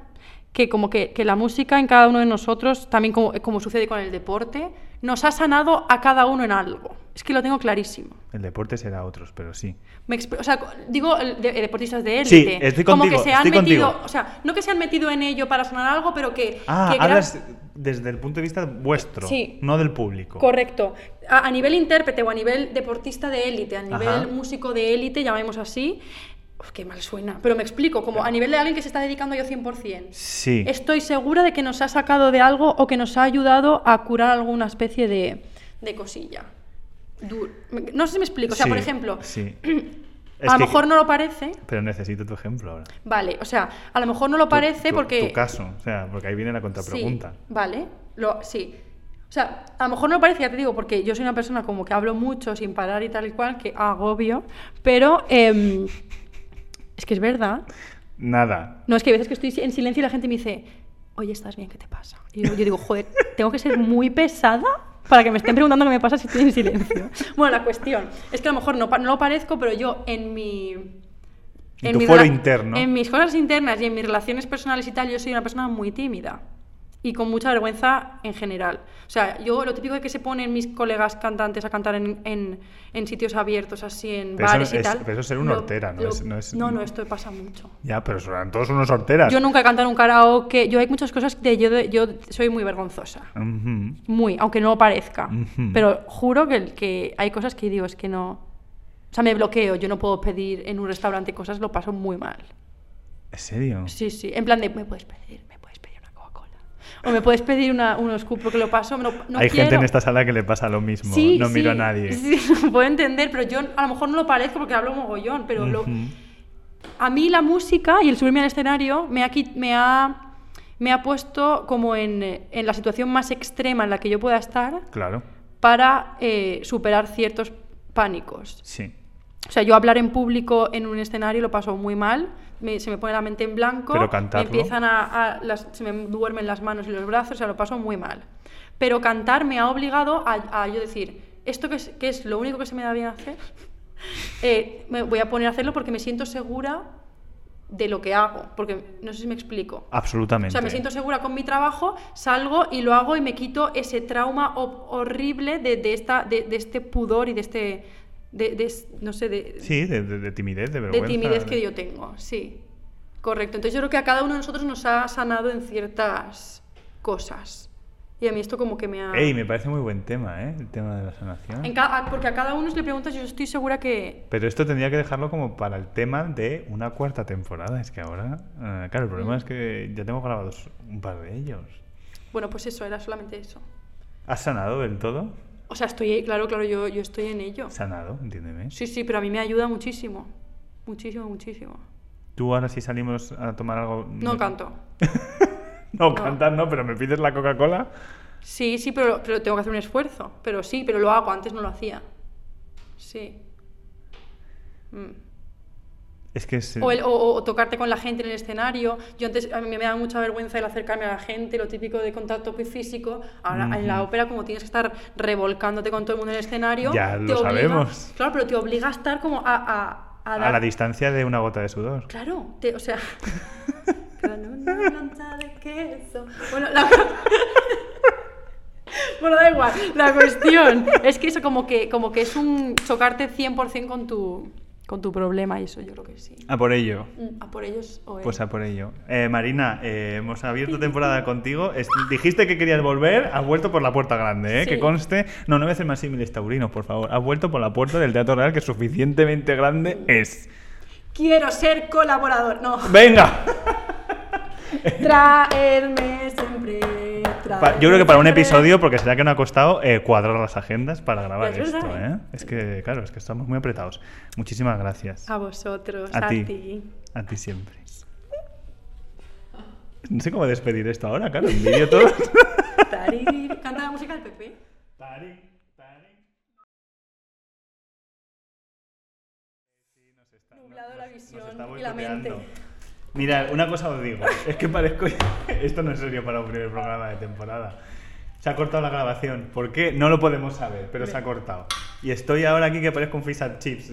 [SPEAKER 3] que como que, que la música en cada uno de nosotros, también como, como sucede con el deporte, nos ha sanado a cada uno en algo. Es que lo tengo clarísimo.
[SPEAKER 2] El deporte será otros, pero sí.
[SPEAKER 3] Me expl- o sea, co- digo el de- el deportistas de
[SPEAKER 2] Sí,
[SPEAKER 3] élite.
[SPEAKER 2] estoy
[SPEAKER 3] como
[SPEAKER 2] contigo,
[SPEAKER 3] que se han
[SPEAKER 2] estoy
[SPEAKER 3] metido,
[SPEAKER 2] contigo.
[SPEAKER 3] o sea, no que se han metido en ello para sonar algo, pero que
[SPEAKER 2] Ah,
[SPEAKER 3] que gra-
[SPEAKER 2] hablas desde el punto de vista vuestro,
[SPEAKER 3] Sí.
[SPEAKER 2] no del público.
[SPEAKER 3] Correcto. A, a nivel intérprete o a nivel deportista de élite, a nivel
[SPEAKER 2] Ajá.
[SPEAKER 3] músico de élite, llamemos así. Uf, qué mal suena. Pero me explico, como a nivel de alguien que se está dedicando yo 100%.
[SPEAKER 2] Sí.
[SPEAKER 3] Estoy segura de que nos ha sacado de algo o que nos ha ayudado a curar alguna especie de, de cosilla. Du- me- No sé si me explico. O sea,
[SPEAKER 2] Sí,
[SPEAKER 3] por ejemplo,
[SPEAKER 2] Sí.
[SPEAKER 3] a lo mejor no lo parece.
[SPEAKER 2] Pero necesito tu ejemplo ahora.
[SPEAKER 3] Vale, o sea, a lo mejor no lo
[SPEAKER 2] Tu-
[SPEAKER 3] parece
[SPEAKER 2] tu-
[SPEAKER 3] porque...
[SPEAKER 2] Tu caso, o sea, porque ahí viene la contrapregunta.
[SPEAKER 3] Sí, vale, lo, sí. O sea, a lo mejor no parece, ya te digo, porque yo soy una persona como que hablo mucho sin parar y tal y cual, que agobio, pero em, es que es verdad.
[SPEAKER 2] Nada.
[SPEAKER 3] No, es que hay veces que estoy en silencio y la gente me dice, oye, ¿estás bien? ¿Qué te pasa? Y yo, yo digo, joder, tengo que ser muy pesada para que me estén preguntando qué me pasa si estoy en silencio. Bueno, la cuestión es que a lo mejor no, pa- no lo parezco, pero yo en mi...
[SPEAKER 2] En tu foro
[SPEAKER 3] rela-
[SPEAKER 2] interno.
[SPEAKER 3] En mis cosas internas y en mis relaciones personales y tal, yo soy una persona muy tímida y con mucha vergüenza en general. O sea, yo lo típico que se ponen mis colegas cantantes a cantar en, en- en sitios abiertos, así en
[SPEAKER 2] Pero eso
[SPEAKER 3] bares y
[SPEAKER 2] es-
[SPEAKER 3] tal.
[SPEAKER 2] pero eso es ser una hortera, no es- no es-
[SPEAKER 3] no, no, esto pasa mucho.
[SPEAKER 2] Ya, pero serán todos unos horteras.
[SPEAKER 3] Yo nunca he cantado en un karaoke. Yo hay muchas cosas de yo, de- yo soy muy vergonzosa.
[SPEAKER 2] Ujú.
[SPEAKER 3] Muy, aunque no lo parezca.
[SPEAKER 2] Ujú.
[SPEAKER 3] Pero juro que, que hay cosas que digo, es que no. O sea, me bloqueo. Yo no puedo pedir en un restaurante cosas, lo paso muy mal.
[SPEAKER 2] ¿En serio?
[SPEAKER 3] Sí, sí. En plan de, me puedes pedir, me puedes pedir una Coca-Cola. O me puedes pedir una, unos cubos que lo paso. No, no
[SPEAKER 2] Hay gente
[SPEAKER 3] quiero.
[SPEAKER 2] en esta sala que le pasa lo mismo.
[SPEAKER 3] Sí,
[SPEAKER 2] no miro a
[SPEAKER 3] sí,
[SPEAKER 2] nadie.
[SPEAKER 3] Sí, lo puedo entender, pero yo a lo mejor no lo parezco porque hablo mogollón, pero lo,
[SPEAKER 2] Ujú.
[SPEAKER 3] a mí la música y el subirme al escenario me ha, quit- me ha, me ha puesto como en, eh, en la situación más extrema en la que yo pueda estar
[SPEAKER 2] Claro.
[SPEAKER 3] para eh, superar ciertos pánicos.
[SPEAKER 2] Sí.
[SPEAKER 3] O sea, yo hablar en público en un escenario lo paso muy mal, me- se me pone la mente en blanco,
[SPEAKER 2] Pero
[SPEAKER 3] me
[SPEAKER 2] cantarlo.
[SPEAKER 3] empiezan a, a- las- se me duermen las manos y los brazos, o sea, lo paso muy mal. Pero cantar me ha obligado a, a yo decir, esto que es, que es lo único que se me da bien hacer, eh, me voy a poner a hacerlo porque me siento segura de lo que hago, porque no sé si me explico. O
[SPEAKER 2] Absolutamente.
[SPEAKER 3] sea, me siento segura con mi trabajo, salgo y lo hago y me quito ese trauma ho- horrible de, de esta, de, de este pudor y de este, de, de es- no sé, de,
[SPEAKER 2] Sí, de, de- de timidez, de
[SPEAKER 3] de
[SPEAKER 2] vergüenza.
[SPEAKER 3] timidez
[SPEAKER 2] de-
[SPEAKER 3] que yo tengo, sí. Correcto. Entonces yo creo que a cada uno de nosotros nos ha sanado en ciertas cosas. Y a mí esto como que me ha...
[SPEAKER 2] Ey, me parece muy buen tema, ¿eh? El tema de la sanación.
[SPEAKER 3] En ca- a- porque a cada uno le preguntas, yo estoy segura que...
[SPEAKER 2] Pero esto tendría que dejarlo como para el tema de una cuarta temporada. Es que ahora, eh, claro, el problema
[SPEAKER 3] Mm.
[SPEAKER 2] es que ya tengo grabados un par de ellos.
[SPEAKER 3] Bueno, pues eso, era solamente eso.
[SPEAKER 2] ¿Has sanado del todo?
[SPEAKER 3] O sea, estoy, claro, claro, yo, yo estoy en ello.
[SPEAKER 2] Sanado, entiéndeme.
[SPEAKER 3] Sí, sí, pero a mí me ayuda muchísimo. Muchísimo, muchísimo.
[SPEAKER 2] Tú ahora si salimos a tomar algo...
[SPEAKER 3] No canto.
[SPEAKER 2] No, cantas no, pero me pides la Coca-Cola.
[SPEAKER 3] Sí, sí, pero, pero tengo que hacer un esfuerzo. Pero sí, pero lo hago, antes no lo hacía. Sí. Mm.
[SPEAKER 2] Es que es...
[SPEAKER 3] O, el- o- o- o tocarte con la gente en el escenario. Yo antes, a mí me da mucha vergüenza el acercarme a la gente, lo típico de contacto pues, físico. Ahora, en la
[SPEAKER 2] Ujú.
[SPEAKER 3] ópera, como tienes que estar revolcándote con todo el mundo en el escenario...
[SPEAKER 2] Ya
[SPEAKER 3] te
[SPEAKER 2] lo
[SPEAKER 3] obliga-
[SPEAKER 2] sabemos.
[SPEAKER 3] Claro, pero te obliga a estar como a... a- a
[SPEAKER 2] a
[SPEAKER 3] dar-
[SPEAKER 2] la distancia de una gota de sudor.
[SPEAKER 3] Claro, te- o sea... con una plancha de queso. Bueno, la... bueno, da igual. La cuestión es que eso como que, como que es un chocarte 100% con tu, con tu problema y eso yo creo que sí.
[SPEAKER 2] A por ello.
[SPEAKER 3] Mm, ¿A por ellos o él?
[SPEAKER 2] Pues a por ello. Eh, Marina, eh, hemos abierto temporada contigo. Es- dijiste que querías volver, has vuelto por la puerta grande, ¿eh?
[SPEAKER 3] Sí.
[SPEAKER 2] que conste. No, no voy a hacer más símiles taurinos, por favor. Has vuelto por la puerta del Teatro Real, que suficientemente grande es.
[SPEAKER 3] Quiero ser colaborador. No.
[SPEAKER 2] ¡Venga!
[SPEAKER 3] Traerme siempre.
[SPEAKER 2] Pa-
[SPEAKER 3] traerme
[SPEAKER 2] Yo creo que para un
[SPEAKER 3] siempre.
[SPEAKER 2] episodio, porque será que no ha costado eh, cuadrar las agendas para grabar
[SPEAKER 3] Es
[SPEAKER 2] esto.
[SPEAKER 3] verdad,
[SPEAKER 2] ¿eh? Es que, claro, es que estamos muy apretados. Muchísimas gracias.
[SPEAKER 3] A vosotros,
[SPEAKER 2] A
[SPEAKER 3] a,
[SPEAKER 2] ti.
[SPEAKER 3] ti.
[SPEAKER 2] A ti siempre. No sé cómo despedir esto ahora, claro. En vídeo todo.
[SPEAKER 3] Tariri. Canta la música del Pepe.
[SPEAKER 2] Tarín, tarín. Sí, nos está-
[SPEAKER 3] Nublado
[SPEAKER 2] nos-
[SPEAKER 3] la
[SPEAKER 2] nos
[SPEAKER 3] visión
[SPEAKER 2] está
[SPEAKER 3] y la mente.
[SPEAKER 2] boicoteando. Mirad, una cosa os digo, es que parezco... Esto no es serio para un primer programa de temporada. Se ha cortado la grabación. ¿Por qué? No lo podemos saber, pero se ha cortado. Y estoy ahora aquí que parezco un fish and chips.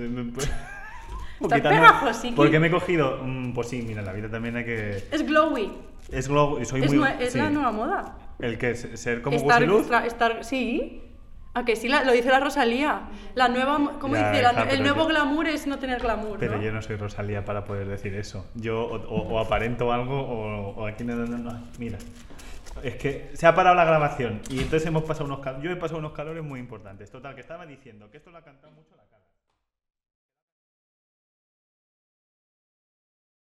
[SPEAKER 3] pegajosiqui.
[SPEAKER 2] Porque me he cogido... mm, Pues sí, mira, en la vida también hay que...
[SPEAKER 3] Es glowy.
[SPEAKER 2] Es glow y soy
[SPEAKER 3] Es,
[SPEAKER 2] muy...
[SPEAKER 3] nue- es
[SPEAKER 2] sí.
[SPEAKER 3] la nueva moda.
[SPEAKER 2] El que es- ser como
[SPEAKER 3] estar,
[SPEAKER 2] Gusiluz.
[SPEAKER 3] estar- estar- sí. A que sí, la- lo dice la Rosalía. La nueva, ¿cómo
[SPEAKER 2] Ya,
[SPEAKER 3] dice? La-
[SPEAKER 2] hija,
[SPEAKER 3] el
[SPEAKER 2] pero
[SPEAKER 3] nuevo
[SPEAKER 2] yo-
[SPEAKER 3] glamour es no tener glamour,
[SPEAKER 2] Pero
[SPEAKER 3] ¿no?
[SPEAKER 2] yo no soy Rosalía para poder decir eso. Yo o, o- o aparento algo o, o aquí no, no, no, no. Mira. Es que se ha parado la grabación y entonces hemos pasado unos cal- yo he pasado unos calores muy importantes. Total, que estaba diciendo que esto lo ha cantado mucho la cara.